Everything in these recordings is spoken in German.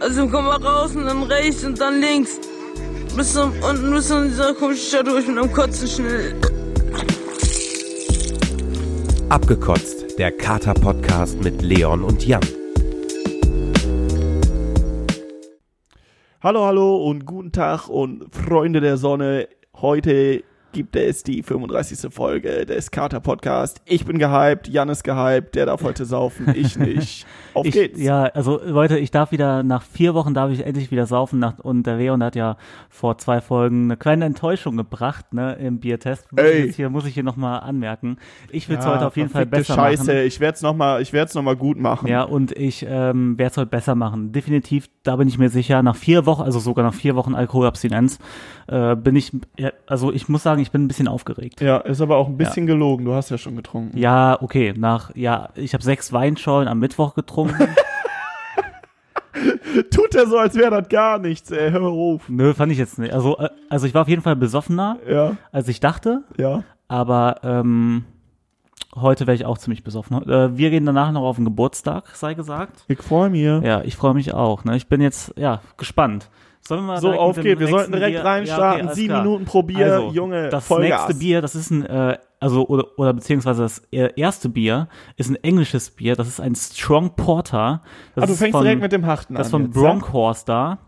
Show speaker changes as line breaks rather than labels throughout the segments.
Also komm mal raus und dann rechts und dann links. Bis zum, unten bis in dieser komischen Stadt durch mit einem Kotzen schnell.
Abgekotzt, der Kater-Podcast mit Leon und Jan.
Hallo, hallo und guten Tag und Freunde der Sonne. Heute gibt es die 35. Folge des Kater Podcast. Ich bin gehypt, Jan ist gehypt, der darf heute saufen, ich nicht. Auf
ich,
geht's.
Ja, also Leute, ich darf wieder, nach vier Wochen darf ich endlich wieder saufen. Nach, und der Leon hat ja vor zwei Folgen eine kleine Enttäuschung gebracht, ne, im Biertest. Muss
Ey.
ich jetzt hier, muss ich hier nochmal anmerken. Ich will's
Ja,
heute auf jeden Fall
verfickte
besser
Scheiße,
machen.
ich werd's nochmal, ich werd's noch mal gut machen.
Ja, und ich ähm, werde es heute besser machen. Definitiv, da bin ich mir sicher. Nach vier Wochen, also sogar nach vier Wochen Alkoholabstinenz, äh, bin ich, ja, also ich muss sagen, ich bin ein bisschen aufgeregt.
Ja, ist aber auch ein bisschen gelogen, du hast ja schon getrunken.
Ja, okay, nach, ja, ich habe sechs Weinschollen am Mittwoch getrunken.
Tut er so, als wäre das gar nichts, ey, hör auf.
Nö, fand ich jetzt nicht. Also, äh, also ich war auf jeden Fall besoffener,
Ja,
als ich dachte,
ja.
aber ähm, heute wäre ich auch ziemlich besoffen. Äh, wir gehen danach noch auf den Geburtstag, sei gesagt.
Ich freue mich.
Ja, ich freue mich auch. Ne? Ich bin jetzt, ja, gespannt. Sollen wir mal
So,
direkt mit
auf
dem
geht's. Wir
nächsten
sollten direkt
Bier- Ja, okay,
reinstarten.
alles
Sieben
klar.
Minuten pro Bier,
also,
Junge.
Das
Vollgas.
nächste Bier, das ist ein, äh, also, oder, oder beziehungsweise das äh, erste Bier ist ein englisches Bier. Das ist ein Strong Porter. Das
Ah, du
ist
fängst
von-
direkt mit dem Harten
das
an.
ist von
jetzt, ja?
Bronkhorst da.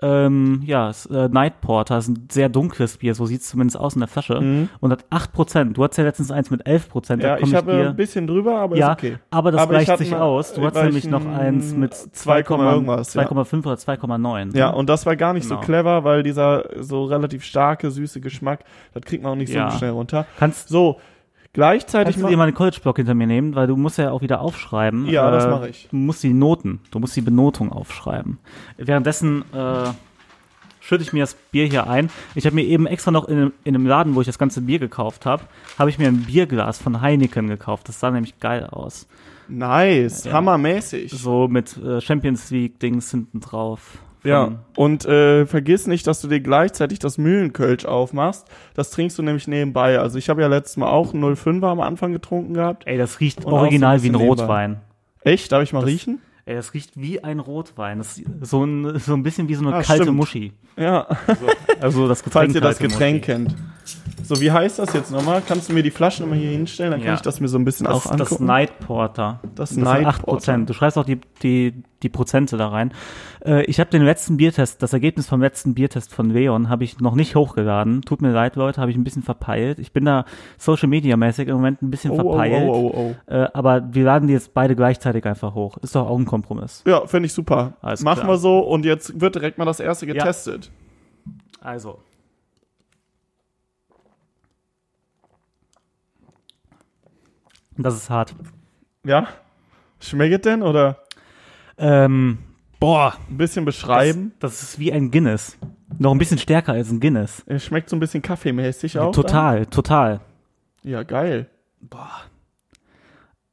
Ähm, ja, ist, äh, Night Porter ist ein sehr dunkles Bier, so sieht es zumindest aus in der Flasche. Und hat 8%. Du hattest ja letztens eins mit 11%.
Mhm.
da
Ja,
komm
ich habe
dir-
ein bisschen drüber, aber
ja,
ist okay.
aber das
Aber ich
gleicht
hab
sich
mal-
aus. Du
äh,
hattest
war ich
nämlich noch
ein
eins mit
2,
2,
irgendwas, ja.
2,5 oder 2,9.
Ja,
ne?
und das war gar nicht
Genau.
so clever, weil dieser so relativ starke, süße Geschmack, das kriegt man auch nicht
Ja.
so schnell runter.
Kannst,
So, gleichzeitig
kannst du
ma-
dir mal einen College-Block hinter mir nehmen, weil du musst ja auch wieder aufschreiben. Äh,
Ja, das mach ich.
Du musst die Noten, du musst die Benotung aufschreiben. Währenddessen äh, schütte ich mir das Bier hier ein. Ich habe mir eben extra noch in, einem- in einem Laden, wo ich das ganze Bier gekauft habe, habe ich mir ein Bierglas von Heineken gekauft. Das sah nämlich geil aus.
Nice, hammermäßig.
So mit äh, Champions League-Dings hinten drauf. Von-
Ja, und äh, vergiss nicht, dass du dir gleichzeitig das Mühlenkölsch aufmachst. Das trinkst du nämlich nebenbei. Also ich habe ja letztes Mal auch einen 05er am Anfang getrunken gehabt.
Ey, das riecht
auch so ein
original wie ein
bisschen nebenbei.
Rotwein.
Echt? Darf ich mal riechen?
Ey, das riecht wie ein Rotwein. Das ist so ein, so ein bisschen wie so eine
Ah,
kalte
stimmt.
Muschi.
Ja,
Also das Getränk.
falls ihr das
kalte Muschi.
Getränk kennt. So, wie heißt das jetzt nochmal? Kannst du mir die Flaschen immer hier hinstellen? Dann kann
Ja.
ich das mir so ein bisschen
Das,
auch
das
angucken.
Night Porter.
Das
sind
Night
8%.
Porter.
Du schreibst auch die, die, die Prozente da rein. Äh, ich habe den letzten Biertest, das Ergebnis vom letzten Biertest von Leon habe ich noch nicht hochgeladen. Tut mir leid, Leute, habe ich ein bisschen verpeilt. Ich bin da Social Media mäßig im Moment ein bisschen
Oh, oh,
verpeilt.
oh, oh,
Äh, aber wir laden die jetzt beide gleichzeitig einfach hoch. Ist doch auch ein Kompromiss.
Ja, finde ich super.
Alles
Machen
klar.
wir so und jetzt wird direkt mal das erste getestet.
Also. Das ist hart.
Ja? Schmeckt denn oder
Ähm, boah,
ein bisschen beschreiben?
Das, das ist wie ein Guinness. Noch ein bisschen stärker als ein Guinness.
Es schmeckt so ein bisschen kaffeemäßig auch.
total, total.
Dann? Ja, geil.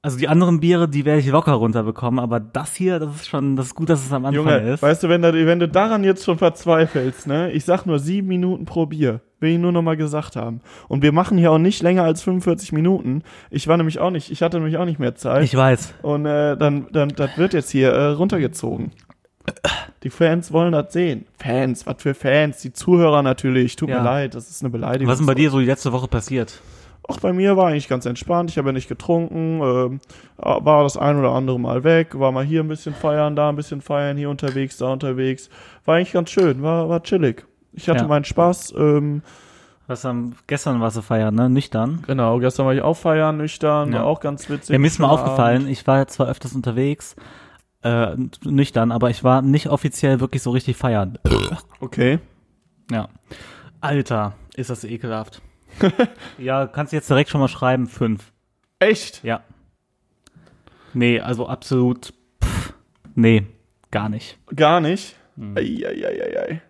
Also die anderen Biere, die werde ich locker runterbekommen, aber das hier, das ist schon, das ist gut, dass es am Anfang
Junge,
ist.
weißt du, wenn, da, wenn du daran jetzt schon verzweifelst, ne? Ich sag nur sieben Minuten pro Bier. Will ich nur nochmal gesagt haben. Und wir machen hier auch nicht länger als 45 Minuten. Ich war nämlich auch nicht, ich hatte nämlich auch nicht mehr Zeit.
ich weiß.
und äh, dann, dann, das wird jetzt hier äh, runtergezogen. Die Fans wollen das sehen. Fans, was für Fans. Die Zuhörer natürlich. Tut
Ja.
mir leid, das ist eine Beleidigung.
Was ist denn bei dir so die letzte Woche passiert?
Auch bei mir war eigentlich ganz entspannt. Ich habe ja nicht getrunken, ähm, war das ein oder andere Mal weg, war mal hier ein bisschen feiern, da ein bisschen feiern, hier unterwegs, da unterwegs. War eigentlich ganz schön, war, war chillig. Ich hatte
Ja.
meinen Spaß. Ähm,
Was am gestern warst du feiern, ne? Nüchtern.
genau, gestern war ich auch feiern, nüchtern,
Ja.
war auch ganz witzig.
Ja, mir ist mal
Schöner
aufgefallen, ich war zwar öfters unterwegs, äh, nüchtern, aber ich war nicht offiziell wirklich so richtig feiern.
Abend. Okay.
Ja. Alter, ist das ekelhaft. ja, kannst du jetzt direkt schon mal schreiben, fünf.
Echt?
Ja. Nee, also absolut. Pff, nee, gar nicht.
Gar nicht? Eieieiei.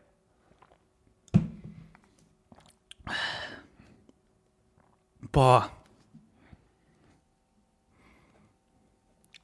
Boah.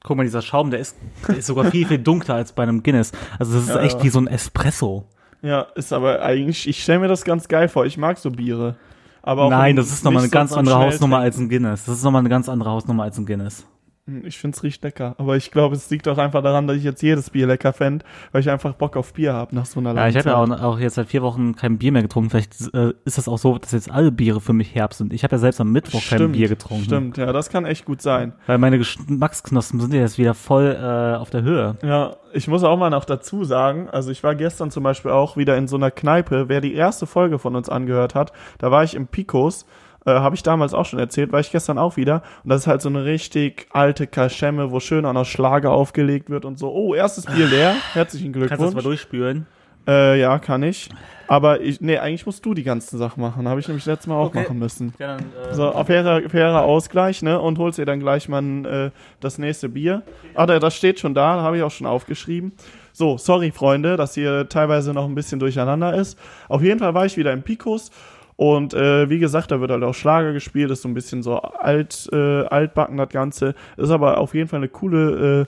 Guck mal, dieser Schaum, der ist, der ist sogar viel, viel dunkler als bei einem Guinness. Also das ist
Ja,
echt
ja.
wie so ein Espresso.
Ja, ist aber eigentlich, ich stelle mir das ganz geil vor. Ich mag so Biere. Aber auch
Nein,
im-
das ist nochmal eine
nicht so
ganz
zum
andere
schnell
Hausnummer als ein Guinness. Das ist nochmal eine ganz andere Hausnummer als ein Guinness.
trinken. Hm, Ich finde es riecht lecker. Aber ich glaube, es liegt auch einfach daran, dass ich jetzt jedes Bier lecker fände, weil ich einfach Bock auf Bier habe nach so einer
Ja,
langen
ich habe
Zeit.
ja auch, auch jetzt seit vier Wochen kein Bier mehr getrunken. Vielleicht äh, ist das auch so, dass jetzt alle Biere für mich Herbst sind. Ich habe ja selbst am Mittwoch kein Bier getrunken.
Stimmt, ja, das kann echt gut sein.
Weil meine Geschmacksknospen sind ja jetzt wieder voll äh, auf der Höhe.
Ja, ich muss auch mal noch dazu sagen, also ich war gestern zum Beispiel auch wieder in so einer Kneipe, wer die erste Folge von uns angehört hat, da war ich im Picos, äh, habe ich damals auch schon erzählt, war ich gestern auch wieder und das ist halt so eine richtig alte Kaschemme, wo schön auch noch Schlager aufgelegt wird und so, oh, erstes Bier leer, herzlichen Glückwunsch.
Kannst du das mal durchspülen?
Äh, ja, kann ich. Aber ich, nee, eigentlich musst du die ganzen Sachen machen. Habe ich nämlich letztes Mal auch
Okay.
machen müssen.
Ja, dann, äh,
Ähm, So, auf fairer, fairer Ausgleich, ne? Und holst dir dann gleich mal äh, das nächste Bier. Ah, da, das steht schon da, habe ich auch schon aufgeschrieben. So, sorry, Freunde, dass hier teilweise noch ein bisschen durcheinander ist. Auf jeden Fall war ich wieder im Picos. Und äh, wie gesagt, da wird halt auch Schlager gespielt, ist so ein bisschen so alt, äh, altbacken das Ganze. Ist aber auf jeden Fall eine coole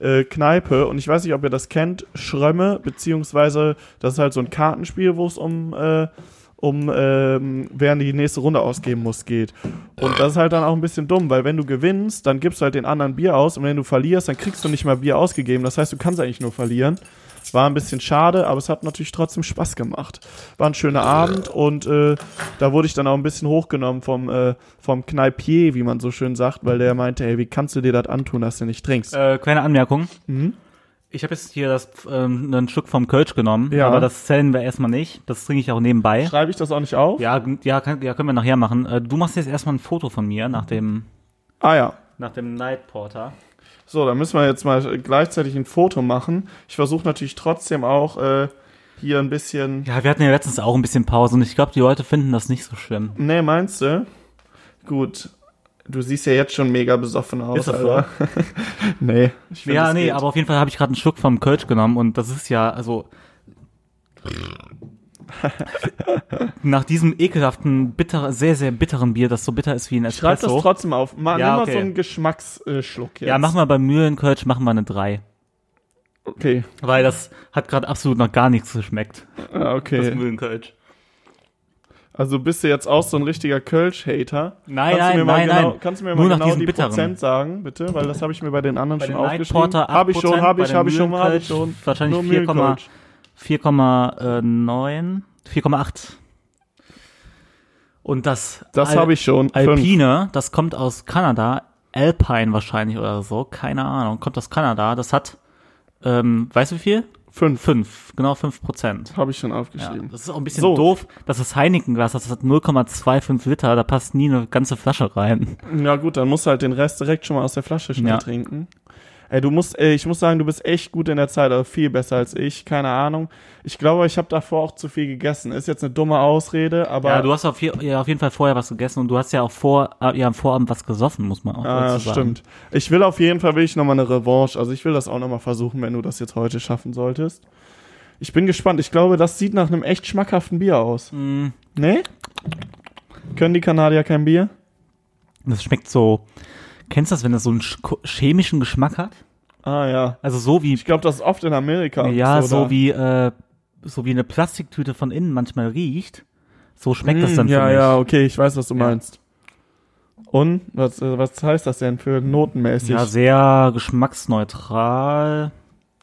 äh, äh, Kneipe. Und ich weiß nicht, ob ihr das kennt, Schrömme, beziehungsweise das ist halt so ein Kartenspiel, wo es um äh, um ähm, wer die nächste Runde ausgeben muss, geht. Und das ist halt dann auch ein bisschen dumm, weil wenn du gewinnst, dann gibst du halt den anderen Bier aus und wenn du verlierst, dann kriegst du nicht mal Bier ausgegeben. Das heißt, du kannst eigentlich nur verlieren. War ein bisschen schade, aber es hat natürlich trotzdem Spaß gemacht. War ein schöner Abend und äh, da wurde ich dann auch ein bisschen hochgenommen vom, äh, vom Kneipier, wie man so schön sagt, weil der meinte, hey, wie kannst du dir das antun, dass du nicht trinkst?
Äh, kleine Anmerkung.
Mhm.
Ich habe jetzt hier das, ähm, ein Stück vom Kölsch genommen,
Ja.
aber das zählen wir erstmal nicht. Das trinke ich auch nebenbei.
Schreibe ich das auch nicht auf?
Ja, g- ja, kann, ja, können wir nachher machen. Äh, du machst jetzt erstmal ein Foto von mir nach dem,
Ah ja,
nach dem Night Porter.
So, da müssen wir jetzt mal gleichzeitig ein Foto machen. Ich versuche natürlich trotzdem auch äh, hier ein bisschen.
Ja, wir hatten ja letztens auch ein bisschen Pause und ich glaube, die Leute finden das nicht so schlimm.
Nee, meinst du? Gut. Du siehst ja jetzt schon mega besoffen aus.
Ist das so?
Alter. nee. Ich find,
ja,
das
nee,
geht.
aber auf jeden Fall habe ich gerade einen Schluck vom Kölsch genommen und das ist ja, also. nach diesem ekelhaften, bitter, sehr, sehr bitteren Bier, das so bitter ist wie ein
Schreib das
Espresso.
trotzdem auf. Mal,
Ja,
nimm mal
okay.
so einen Geschmacksschluck jetzt.
ja, mach mal bei Mühlenkölsch, machen wir eine 3.
Okay.
Weil das hat gerade absolut noch gar nichts geschmeckt.
Ah,
Das
okay.
Mühlenkölsch.
Also bist du jetzt auch so ein richtiger Kölsch-Hater?
Nein,
kannst du mir
nein,
mal
nein,
genau,
nein.
Kannst du mir
Nur
mal
nach
genau
diesem
die
bitteren.
Prozent sagen, bitte? Weil das habe ich mir bei den anderen
Bei
schon
den
aufgeschrieben.
Lightporter 8%,
Habe ich schon, habe
bei
ich,
den
habe ich schon, mal, habe ich
Mühlenkölsch
schon.
wahrscheinlich
Nur Mühlenkölsch.
4,8. äh, 4,9, 4,8. Und das,
Das
Al-
habe ich schon. Fünf.
Alpine, das kommt aus Kanada, Alpine wahrscheinlich oder so, keine Ahnung, kommt aus Kanada, das hat, ähm, weißt du wie viel?
Fünf.
Fünf, genau fünf Prozent.
Habe ich schon
Ja,
aufgeschrieben.
das ist auch ein bisschen
So.
doof, dass das Heineken-Glas hat, das hat 0,25 Liter, da passt nie eine ganze Flasche rein.
Ja. gut, dann musst du halt den Rest direkt schon mal aus der Flasche schnell
Ja.
trinken. Ey, du musst, ey, ich muss sagen, du bist echt gut in der Zeit, also viel besser als ich, keine Ahnung. Ich glaube, ich habe davor auch zu viel gegessen. Ist jetzt eine dumme Ausrede, aber
Ja, du hast auf, je- ja, auf jeden Fall vorher was gegessen und du hast ja auch vor, äh, ja, am Vorabend was gesoffen, muss man auch
ah, ja,
dazu sagen.
stimmt. Ich will auf jeden Fall will ich noch mal eine Revanche, also ich will das auch noch mal versuchen, wenn du das jetzt heute schaffen solltest. Ich bin gespannt. Ich glaube, das sieht nach einem echt schmackhaften Bier aus.
Hm. Mhm.
Nee? Können die Kanadier kein Bier?
Das schmeckt so, kennst du das, wenn das so einen sch chemischen Geschmack hat?
Ah ja.
Also so wie
Ich glaube, das ist oft in Amerika.
Ja, so
da.
wie, äh, so wie eine Plastiktüte von innen manchmal riecht. So schmeckt das
Mm,
dann
ja,
für mich.
ja, okay, ich weiß, was du
Ja.
meinst. Und was, äh, was heißt das denn für notenmäßig?
ja, sehr geschmacksneutral.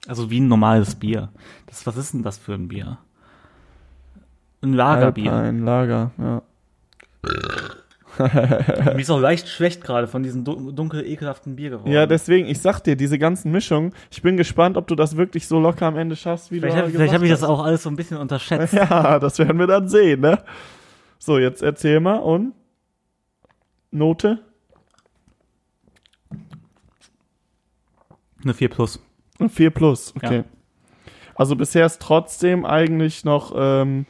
Also wie ein normales Bier. Das, was ist denn das für ein Bier? Ein Lagerbier.
Ein Lager, ja.
Mir ist auch leicht schlecht gerade von diesem dun- dunkel ekelhaften Bier geworden.
Ja, deswegen, ich sag dir, diese ganzen Mischungen, ich bin gespannt, ob du das wirklich so locker am Ende schaffst, wie
vielleicht
du
hab- vielleicht habe ich das
gesagt
auch alles so ein bisschen unterschätzt.
hast. Ja, das werden wir dann sehen, ne? So, jetzt erzähl mal und Note?
Eine 4 plus.
4 plus, okay. Also bisher ist trotzdem eigentlich noch ähm,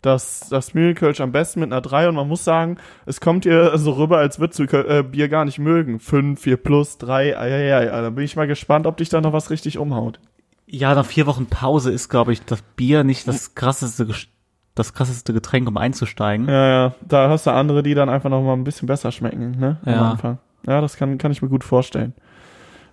das, das Mühlenkölsch am besten mit einer 3 und man muss sagen, es kommt hier so rüber, als würdest du Köl- äh, Bier gar nicht mögen. 5, 4 plus, 3, eieiei. Also Da bin ich mal gespannt, ob dich da noch was richtig umhaut.
Ja, nach vier Wochen Pause ist, glaube ich, das Bier nicht das krasseste, Gesch- das krasseste Getränk, um einzusteigen.
Ja, ja, da hast du andere, die dann einfach noch mal ein bisschen besser schmecken, ne?
Ja.
Am Anfang. Ja, das kann, kann ich mir gut vorstellen.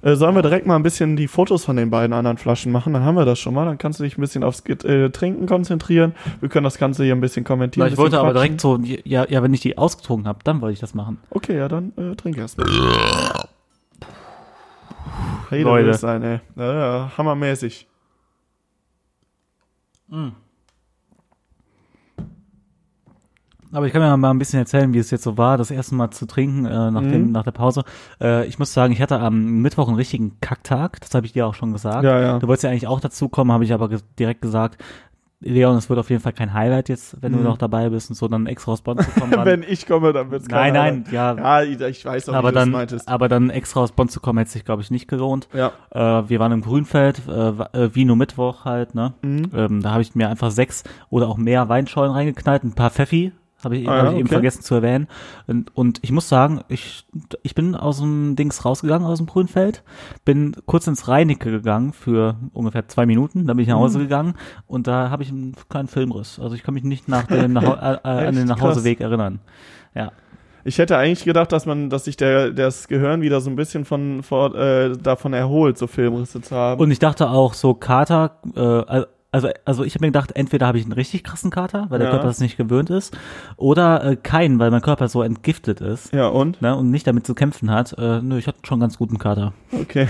Äh, sollen wir direkt mal ein bisschen die Fotos von den beiden anderen Flaschen machen? Dann haben wir das schon mal. Dann kannst du dich ein bisschen aufs Get- äh, Trinken konzentrieren. Wir können das Ganze hier ein bisschen kommentieren.
Na,
ein
ich
bisschen
wollte aber
quatschen.
direkt so, ja, ja, wenn ich die ausgetrunken habe, dann wollte ich das machen.
Okay, ja, dann äh, trink erst mal. Hey, da
Leute.
will es sein, ey. Ja, ja, hammermäßig.
Aber ich kann mir mal ein bisschen erzählen, wie es jetzt so war, das erste Mal zu trinken äh, nach,
Mhm.
dem, nach der Pause. Äh, ich muss sagen, ich hatte am Mittwoch einen richtigen Kacktag, das habe ich dir auch schon gesagt.
Ja, ja.
Du wolltest ja eigentlich auch dazukommen, habe ich aber ge direkt gesagt, Leon, es wird auf jeden Fall kein Highlight jetzt, wenn du noch dabei bist und so dann extra aus Bonn zu kommen. war-
Mhm. Wenn ich komme, dann wird's
Nein,
keiner.
nein, ja.
Ja, ich- ich weiß auch,
aber,
wie du das
dann, Ah.
meintest.
aber dann extra aus Bonn zu kommen, hätte sich, glaube ich, nicht gelohnt.
Ja.
Äh, wir waren im Grünfeld, äh, wa- äh, Vino Mittwoch halt, ne?
Mhm.
Ähm, da habe ich mir einfach sechs oder auch mehr Weinschollen reingeknallt, ein paar Pfeffi, habe ich,
Ah ja,
hab ich eben
okay.
vergessen zu erwähnen. Und, und ich muss sagen, ich, ich bin aus dem Dings rausgegangen, aus dem Grünfeld, bin kurz ins Reinicke gegangen für ungefähr zwei Minuten, dann bin ich nach
Mhm.
Hause gegangen und da habe ich einen kleinen Filmriss. Also ich kann mich nicht nach dem, nach, äh, äh, an den
Echt? Krass.
Nachhauseweg erinnern. Ja.
Ich hätte eigentlich gedacht, dass man, dass sich der, das Gehirn wieder so ein bisschen von, vor- äh, davon erholt, so Filmrisse zu haben.
Und ich dachte auch so Kater, äh, also, also ich habe mir gedacht, entweder habe ich einen richtig krassen Kater, weil der
Ja.
Körper das nicht gewöhnt ist, oder äh, keinen, weil mein Körper so entgiftet ist.
ja, und?
Ne, und nicht damit zu kämpfen hat. Äh, nö, ich hatte schon einen ganz guten Kater.
Okay.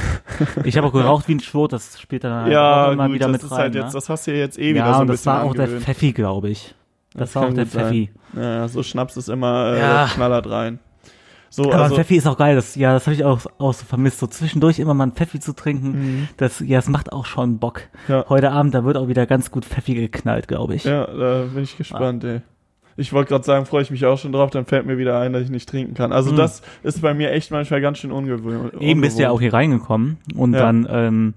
Ich habe auch geraucht wie ein Schwot, das spielt dann halt
ja,
auch immer
gut,
wieder
das
mit
ist
rein.
halt
ne?
jetzt, das hast du ja jetzt eh wieder
ja,
so ein
und das
bisschen
war auch der
angewöhnt.
Pfeffi, glaube ich. Das, war auch
kann
der
gut sein.
Pfeffi.
Ja, so Schnaps ist immer äh,
Ja.
knallert rein. So,
Aber
also,
ein Pfeffi ist auch geil, das, ja, das habe ich auch, auch so vermisst, so zwischendurch immer mal ein Pfeffi zu trinken, das, ja, das macht auch schon Bock.
Mhm. Ja.
Heute Abend, da wird auch wieder ganz gut Pfeffi geknallt, glaube ich.
ja, da bin ich gespannt, ey. Ich wollte gerade sagen, freue ich mich auch schon drauf, dann fällt mir wieder ein, dass ich nicht trinken kann. Also das ist bei mir echt manchmal ganz schön ungewöhnlich.
Hm. Eben bist du ja auch hier reingekommen und
Ja.
dann ähm,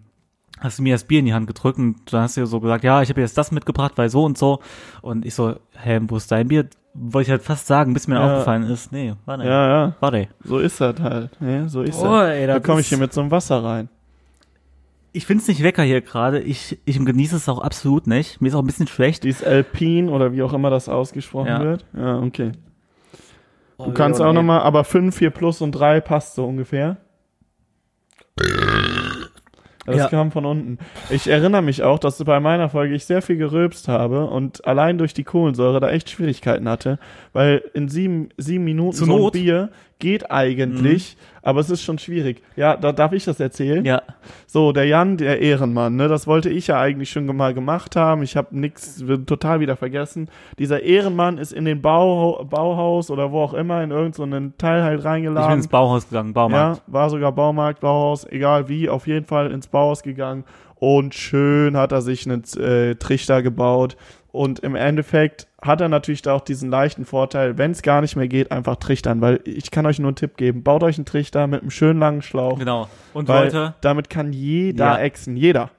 hast du mir das Bier in die Hand gedrückt und dann hast du so gesagt, ja, ich habe jetzt das mitgebracht, weil so und so. Und ich so, hä, wo ist dein Bier? Wollte ich halt fast sagen, bis mir
Ja.
aufgefallen ist, nee, war nicht.
Ja, ja,
War nicht.
so ist das halt. Ne? So ist
Oh,
das.
ey,
Da
das
komme ich
ist-
hier mit so einem Wasser rein.
Ich find's nicht lecker hier gerade. Ich, ich genieße es auch absolut nicht. Mir ist auch ein bisschen schlecht.
Dies Alpine oder wie auch immer das ausgesprochen
Ja.
wird. Ja, okay. Du kannst auch nochmal, aber 5, 4 plus und 3 passt so ungefähr. Ja, Das
Ja.
kam von unten. Ich erinnere mich auch, dass bei meiner Folge ich sehr viel gerülpst habe und allein durch die Kohlensäure da echt Schwierigkeiten hatte, weil in sieben, sieben Minuten
Zur
so ein
Not. Mhm.
Bier geht eigentlich, aber es ist schon schwierig. Ja, da darf ich das erzählen.
Ja.
So, der Jan, der Ehrenmann, ne, das wollte ich ja eigentlich schon mal gemacht haben. Ich habe nix w- total wieder vergessen. Dieser Ehrenmann ist in den Bau, Bauhaus oder wo auch immer in irgendeinen so einen Teil halt
Ich bin
reingeladen.
ins Bauhaus gegangen,
ja,
Baumarkt.
war sogar Baumarkt, Bauhaus, egal wie, auf jeden Fall ins Bauhaus gegangen und schön hat er sich einen äh, Trichter gebaut und im Endeffekt hat er natürlich da auch diesen leichten Vorteil, wenn es gar nicht mehr geht, einfach trichtern, weil ich kann euch nur einen Tipp geben, baut euch einen Trichter mit einem schönen langen Schlauch.
Genau. Und
Weil
Leute,
damit kann jeder
Ja.
exen, jeder.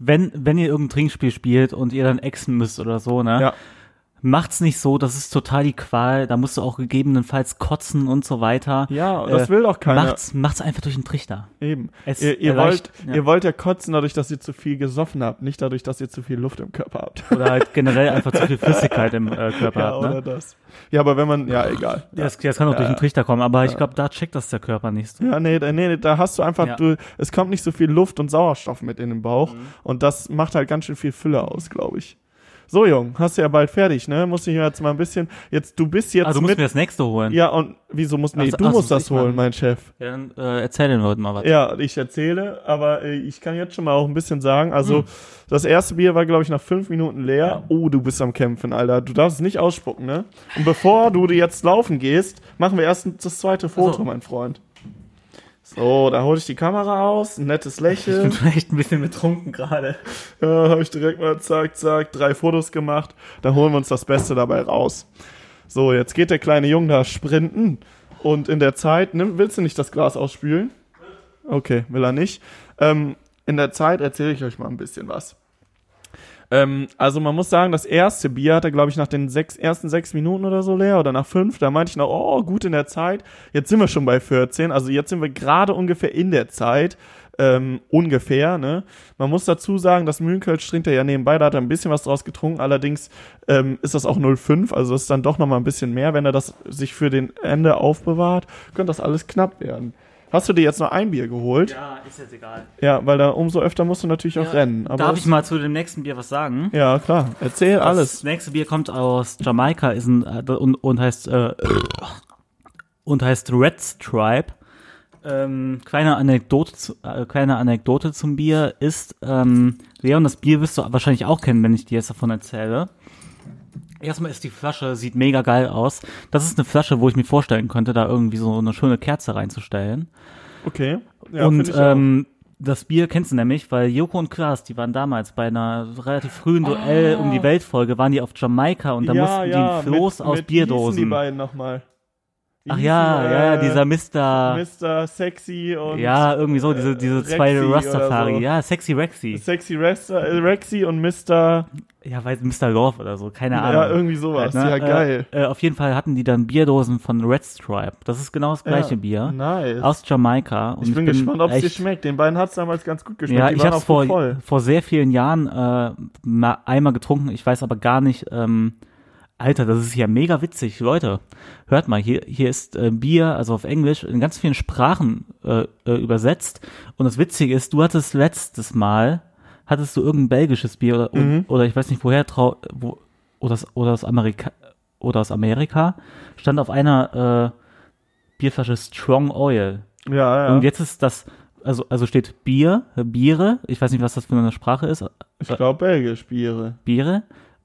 wenn, wenn ihr irgendein Trinkspiel spielt und ihr dann exen müsst oder so, ne?
Ja.
Macht's nicht so, das ist total die Qual. Da musst du auch gegebenenfalls kotzen und so weiter.
Ja, das will doch keiner.
Äh, Macht's, macht's einfach durch den Trichter.
Eben.
Es
ihr, ihr, wollt,
erleicht- ja.
ihr wollt ja kotzen dadurch, dass ihr zu viel gesoffen habt, nicht dadurch, dass ihr zu viel Luft im Körper habt.
Oder halt generell einfach zu viel Flüssigkeit im äh, Körper
ja,
hat.
oder
Ne?
das. Ja, aber wenn man, ja, egal. Ja,
Das, das kann auch durch den Trichter kommen, aber ich glaube, da checkt das der Körper nicht. so.
ja nee, da- nee, da hast du einfach,
Ja.
du,
Mhm.
es kommt nicht so viel Luft und Sauerstoff mit in den Bauch und das macht halt ganz schön viel Fülle aus, glaube ich. So, Jung, hast du ja bald fertig, ne? Muss ich jetzt mal ein bisschen, jetzt, du bist jetzt
Ah, du musst
mit,
mir das nächste holen.
ja, und wieso musst, nee,
Ach so-
du
ach so,
musst das
ich mach-
holen, mein Chef.
Ja, Dann äh, erzähl den Leuten mal was.
Ja, ich erzähle, aber äh, ich kann jetzt schon mal auch ein bisschen sagen. Also, das erste Bier war, glaube ich, nach fünf Minuten leer. Oh, du bist am Kämpfen, Alter. Du darfst es nicht ausspucken, ne? Und bevor du dir jetzt laufen gehst, machen wir erst das zweite Foto,
so.
mein Freund. So, da hole ich die Kamera aus, ein nettes
Ich
Lächeln.
bin echt ein bisschen betrunken gerade.
Ja, habe ich direkt mal zack, zack, drei Fotos gemacht. Da holen wir uns das Beste dabei raus. So, jetzt geht der kleine Junge da sprinten. Und in der Zeit, nimm, willst du nicht das Glas ausspülen? Okay, will er nicht. Ähm, in der Zeit erzähle ich euch mal ein bisschen was. Ähm, also man muss sagen, das erste Bier hat er, glaube ich, nach den sechs, ersten sechs Minuten oder so leer oder nach fünf. Da meinte ich noch, oh, gut in der Zeit. Jetzt sind wir schon bei 14. Also jetzt sind wir gerade ungefähr in der Zeit. Ähm, ungefähr, ne? Man muss dazu sagen, das Mühlenkölsch trinkt er ja nebenbei, da hat er ein bisschen was draus getrunken, allerdings ähm, ist das auch 0,5, also das ist dann doch nochmal ein bisschen mehr, wenn er das sich für den Ende aufbewahrt, könnte das alles knapp werden. Hast du dir jetzt noch ein Bier geholt?
Ja, ist jetzt egal.
Ja, weil da umso öfter musst du natürlich auch rennen. Aber
Darf
das-
ich mal zu dem nächsten Bier was sagen?
Ja, klar. Erzähl
Das
alles.
nächste Bier kommt aus Jamaika ist ein, äh, und, und heißt äh, und heißt Red Stripe. Ähm, kleine, Anekdote zu, äh, kleine Anekdote zum Bier ist, ähm, Leon, das Bier wirst du wahrscheinlich auch kennen, wenn ich dir jetzt davon erzähle. Erstmal ist die Flasche, sieht mega geil aus. Das ist eine Flasche, wo ich mir vorstellen könnte, da irgendwie so eine schöne Kerze reinzustellen.
Okay. Ja, find
und
ich auch.
ähm, das Bier kennst du nämlich, weil Joko und Klaas, die waren damals bei einer relativ frühen Duell um die Welt-Folge, waren die auf Jamaika und da mussten die ein Floß
Ah. mit,
aus
mit
Bierdosen.
hießen die beiden nochmal.
Ach ja, ja, ja, dieser Mister.
Mr. äh, Sexy und äh,
Ja, irgendwie so, diese, diese
Rexy
zwei
oder
Rastafari.
so.
Ja, Sexy Rexy.
Sexy Resta, äh, Rexy und Mr.
Ja, weiß Mr. Love oder so, keine Ahnung.
Ja, irgendwie sowas.
Ne?
Ja, geil.
Äh, äh, auf jeden Fall hatten die dann Bierdosen von Red Stripe. Das ist genau das gleiche
ja,
Bier.
Nice.
Aus Jamaika. Und
ich bin gespannt, ob es dir
echt-
schmeckt. Den beiden hat's damals ganz gut geschmeckt.
Ja,
die
ich
waren
habe
auch
es
voll
vor,
voll.
vor sehr vielen Jahren äh, mal einmal getrunken. Ich weiß aber gar nicht. Ähm, Alter, das ist ja mega witzig, Leute. Hört mal, hier hier ist äh, Bier, also auf Englisch in ganz vielen Sprachen äh, äh, übersetzt. Und das Witzige ist, du hattest letztes Mal hattest du irgendein belgisches Bier oder
Mhm.
oder ich weiß nicht woher trau wo, oder aus, oder aus Amerika oder aus Amerika stand auf einer äh, Bierflasche Strong Oil.
Ja, ja.
Und jetzt ist das, also, also steht Bier, äh, Biere, ich weiß nicht, was das für eine Sprache ist,
ich glaube, belgisch Biere.
Biere,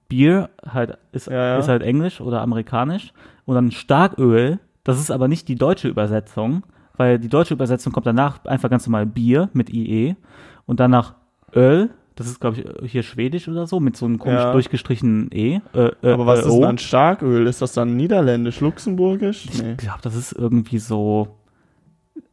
Bier halt ist,
Ja, ja.
ist halt Englisch oder amerikanisch und dann Starköl, das ist aber nicht die deutsche Übersetzung, weil die deutsche Übersetzung kommt danach einfach ganz normal Bier mit IE und danach Öl, das ist glaube ich hier schwedisch oder so, mit so einem komisch
Ja.
durchgestrichenen E. Äh, äh,
Aber was
äh,
ist
O.
denn ein Starköl? Ist das dann niederländisch, luxemburgisch? Nee.
Ich glaube, das ist irgendwie so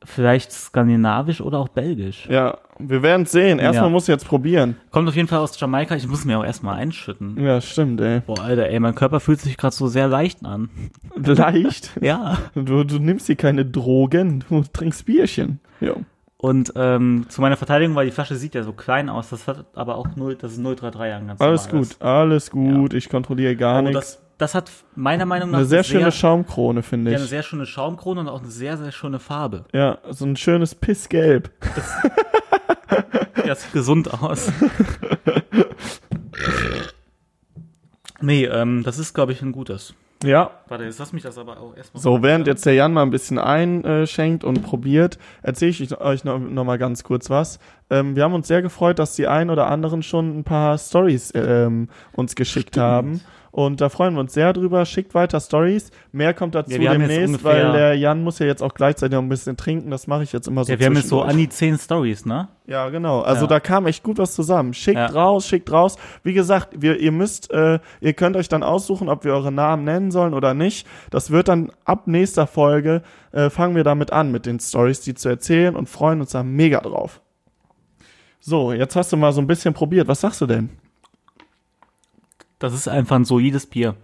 vielleicht skandinavisch oder auch belgisch.
Ja, wir werden sehen. Erstmal
Ja.
muss jetzt probieren.
Kommt auf jeden Fall aus Jamaika. Ich muss mir auch erstmal einschütten.
Ja, stimmt, ey.
Boah, Alter, ey, mein Körper fühlt sich gerade so sehr leicht an.
Leicht.
Ja.
Du, du nimmst hier keine Drogen, du trinkst Bierchen. Ja.
Und ähm, zu meiner Verteidigung, weil die Flasche sieht ja so klein aus, das hat aber auch 0, das ist 033 ein ganz
Alles
normales.
gut, alles gut. Ich kontrolliere gar
Oh,
nichts.
das, das hat meiner Meinung nach
Eine sehr schöne
sehr,
Schaumkrone, finde
ja, eine
ich.
sehr schöne Schaumkrone und auch eine sehr, sehr schöne Farbe.
Ja, so ein schönes Pissgelb.
Ja, das sieht gesund aus. nee, ähm, das ist, glaube ich, ein gutes.
Ja,
Warte, jetzt lass mich das aber auch erstmal.
So, während jetzt der Jan mal ein bisschen einschenkt und probiert, erzähle ich euch noch, noch mal ganz kurz was. Ähm, wir haben uns sehr gefreut, dass die einen oder anderen schon ein paar Stories ähm, uns geschickt haben. Und da freuen wir uns sehr drüber. Schickt weiter Stories. Mehr kommt dazu
Ja, wir haben jetzt
demnächst,
ungefähr-
weil der Jan muss ja jetzt auch gleichzeitig noch ein bisschen trinken. Das mache ich jetzt immer so.
ja, wir haben jetzt so
zwischendurch.
an die 10 Stories, ne?
Ja, genau. Also
Ja.
da kam echt gut was zusammen. Schickt
Ja.
raus, schickt raus. Wie gesagt, wir, ihr müsst, äh, ihr könnt euch dann aussuchen, ob wir eure Namen nennen sollen oder nicht. Das wird dann ab nächster Folge, äh, fangen wir damit an, mit den Stories, die zu erzählen und freuen uns da mega drauf. So, jetzt hast du mal so ein bisschen probiert. Was sagst du denn?
Das ist einfach ein solides Bier.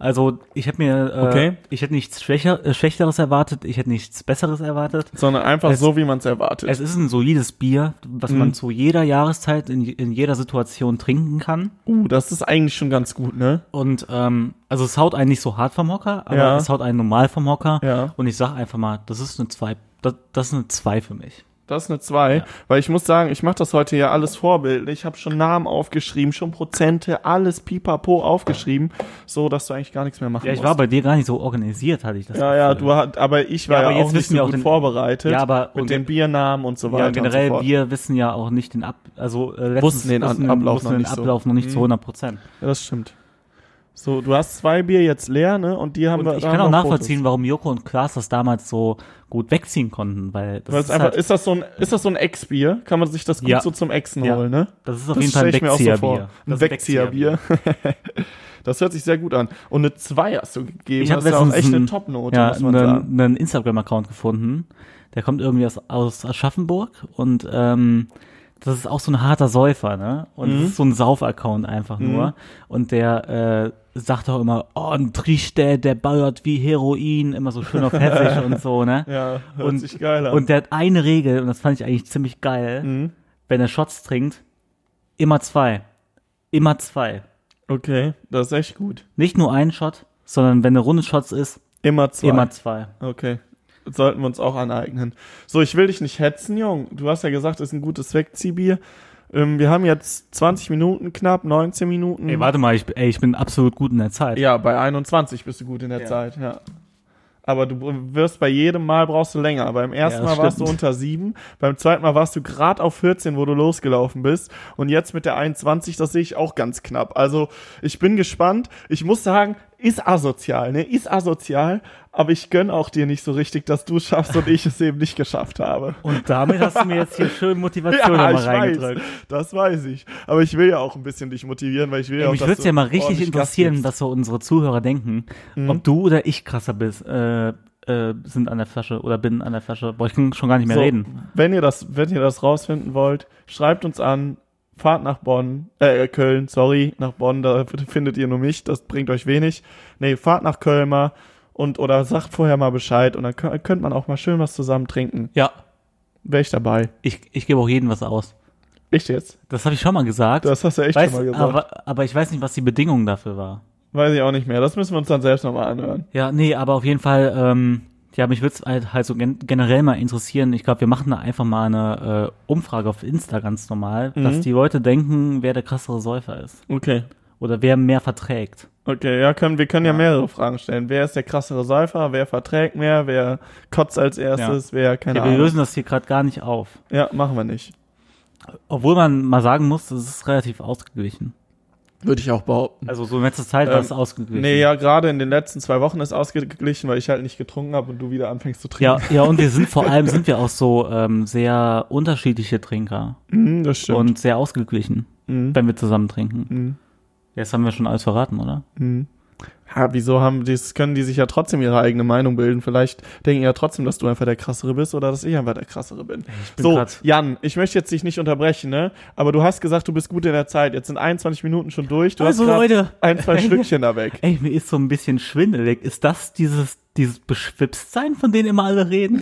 Also ich hätte mir, äh,
Okay.
ich hätte nichts schwächer, äh, Schlechteres erwartet, ich hätte nichts Besseres erwartet.
Sondern einfach
Es-
so, wie man es erwartet.
Es ist ein solides Bier, was
Mhm.
man zu jeder Jahreszeit, in, in jeder Situation trinken kann.
uh, das ist eigentlich schon ganz gut, ne?
Und ähm, also es haut einen nicht so hart vom Hocker, aber
Ja.
es haut einen normal vom Hocker.
Ja.
Und ich sag einfach mal, das ist eine 2, das, das ist eine 2 für mich.
Das ist eine 2, weil ich muss sagen, ich mache das heute ja alles vorbildlich. Ich habe schon Namen aufgeschrieben, schon Prozente, alles pipapo aufgeschrieben, so dass du eigentlich gar nichts mehr machen
Ja, ich
musst.
war bei dir gar nicht so organisiert, hatte ich das
ja, ja, du hast, aber ich war
Ja,
ja,
aber jetzt
auch nicht
wissen
so
wir auch
gut
den-
vorbereitet
Ja, aber-
mit
und-
den Biernamen und so weiter.
Ja, generell,
und so fort.
wir wissen ja auch nicht den Ab, also äh, letztens
halt Wussten den An- Ablauf
wussten
noch
den
nicht so. Mhm.
Ablauf noch nicht zu 100 Prozent.
Ja, das stimmt. So, du hast zwei Bier jetzt leer, ne? Und die haben wir.
Und ich
da
kann auch
haben wir
nachvollziehen, warum Joko und Klaas das damals so gut wegziehen konnten, weil
Fotos.
das
Weil
ist,
es einfach,
halt,
ist das so ein, ist das so ein Ex-Bier? Kann man sich das gut
Ja.
so zum Exen
Ja.
holen, ne?
das ist auf
Das
jeden Fall ein
stell ich mir auch so
Wegzieherbier.
vor. Ein Wegzieherbier. Das hört sich sehr gut an. Und eine 2 hast du gegeben.
Ich habe
das ist ja auch
letztens
echt eine
einen-
Topnote,
Ja,
muss man sagen.
einen, einen Instagram-Account gefunden, der kommt irgendwie aus, aus Aschaffenburg und ähm, das ist auch so ein harter Säufer, ne?
Mhm.
Und das ist so ein Sauf-Account einfach nur. Und der äh, sagt auch immer, oh, ein Trichter, der ballert wie Heroin, immer so schön auf Hessisch und so, ne?
Ja, Mhm. hört
und,
sich geil an.
Und der hat eine Regel, und das fand ich eigentlich ziemlich geil, wenn er Shots trinkt, immer zwei. Immer zwei.
okay, das ist echt gut.
Nicht nur ein Shot, sondern wenn eine Runde Shots ist,
Immer zwei. Mhm.
immer zwei.
Okay. Das sollten wir uns auch aneignen. So, ich will dich nicht hetzen, Jung. Du hast ja gesagt, es ist ein gutes Wegziehbier. Ähm, wir haben jetzt 20 Minuten knapp, 19 Minuten.
Ey, warte mal, ich, ey, ich bin absolut gut in der Zeit.
Ja, bei 21 bist du gut in der
Ja.
Zeit, ja. aber du wirst bei jedem Mal brauchst du länger. Beim ersten
Ja,
Mal
das
warst du
stimmt.
unter 7, beim zweiten Mal warst du gerade auf 14, wo du losgelaufen bist. Und jetzt mit der 21, das sehe ich auch ganz knapp. Also ich bin gespannt. Ich muss sagen, ist asozial, ne? Ist asozial, aber ich gönn auch dir nicht so richtig, dass du es schaffst und ich es eben nicht geschafft habe.
Und damit hast du mir jetzt hier schön Motivation
Ja,
nochmal
ich weiß.
reingedrückt.
Das weiß ich. Aber ich will ja auch ein bisschen dich motivieren, weil ich will ja auch.
Mich
dass
würde es
du
ja mal richtig
ordentlich Gas
interessieren,
gibst. Mhm.
was so unsere Zuhörer denken, ob du oder ich krasser bist, äh, äh, sind an der Flasche oder bin an der Flasche. Boah, ich kann schon gar nicht mehr
so,
reden.
Wenn ihr das, wenn ihr das rausfinden wollt, schreibt uns an. Fahrt nach Bonn, äh, Köln, sorry, nach Bonn, da findet ihr nur mich, das bringt euch wenig. Nee, fahrt nach Köln mal und oder sagt vorher mal Bescheid und dann kö- könnte man auch mal schön was zusammen trinken.
Ja,
Wäre ich dabei.
ich, ich gebe auch jedem was aus.
Echt jetzt?
Das habe ich schon mal gesagt.
Das hast du echt
Weiß-
schon mal gesagt.
aber, aber ich weiß nicht, was die Bedingung dafür war.
Weiß ich auch nicht mehr. Das müssen wir uns dann selbst nochmal anhören.
Ja, nee, aber auf jeden Fall, ähm, ja, mich würde es halt, halt so gen generell mal interessieren. Ich glaube, wir machen da einfach mal eine äh, Umfrage auf Insta ganz normal,
Mhm.
dass die Leute denken, wer der krassere Säufer ist.
Okay.
Oder wer mehr verträgt.
Okay, ja, können, wir können ja. mehrere Fragen stellen. Wer ist der krassere Säufer? Wer verträgt mehr? Wer kotzt als erstes? Wer, keine
Ja, wir
Ahnung.
lösen das hier gerade gar nicht auf.
Ja, machen wir nicht.
Obwohl man mal sagen muss, es ist relativ ausgeglichen.
Würde ich auch behaupten.
Also so in letzter Zeit war
Ähm,
es ausgeglichen.
Nee, ja, gerade in den letzten zwei Wochen ist ausgeglichen, weil ich halt nicht getrunken habe und du wieder anfängst zu
Ja,
trinken.
ja, und wir sind vor allem sind wir auch so ähm, sehr unterschiedliche Trinker
Mhm, das stimmt.
und sehr ausgeglichen,
Mhm.
wenn wir zusammen trinken.
Mhm.
Jetzt haben wir schon alles verraten, oder?
Ha, wieso haben die, das können die sich ja trotzdem ihre eigene Meinung bilden? Vielleicht denken die ja trotzdem, dass du einfach der krassere bist oder dass ich einfach der krassere bin.
bin
so,
grad-
Jan, ich möchte jetzt dich nicht unterbrechen, ne? Aber du hast gesagt, du bist gut in der Zeit. Jetzt sind 21 Minuten schon durch. Du
Also,
hast grad
Leute.
ein, zwei Schlückchen da weg.
Ey, mir ist so ein bisschen schwindelig. Ist das dieses, dieses Beschwipstsein, von denen immer alle reden?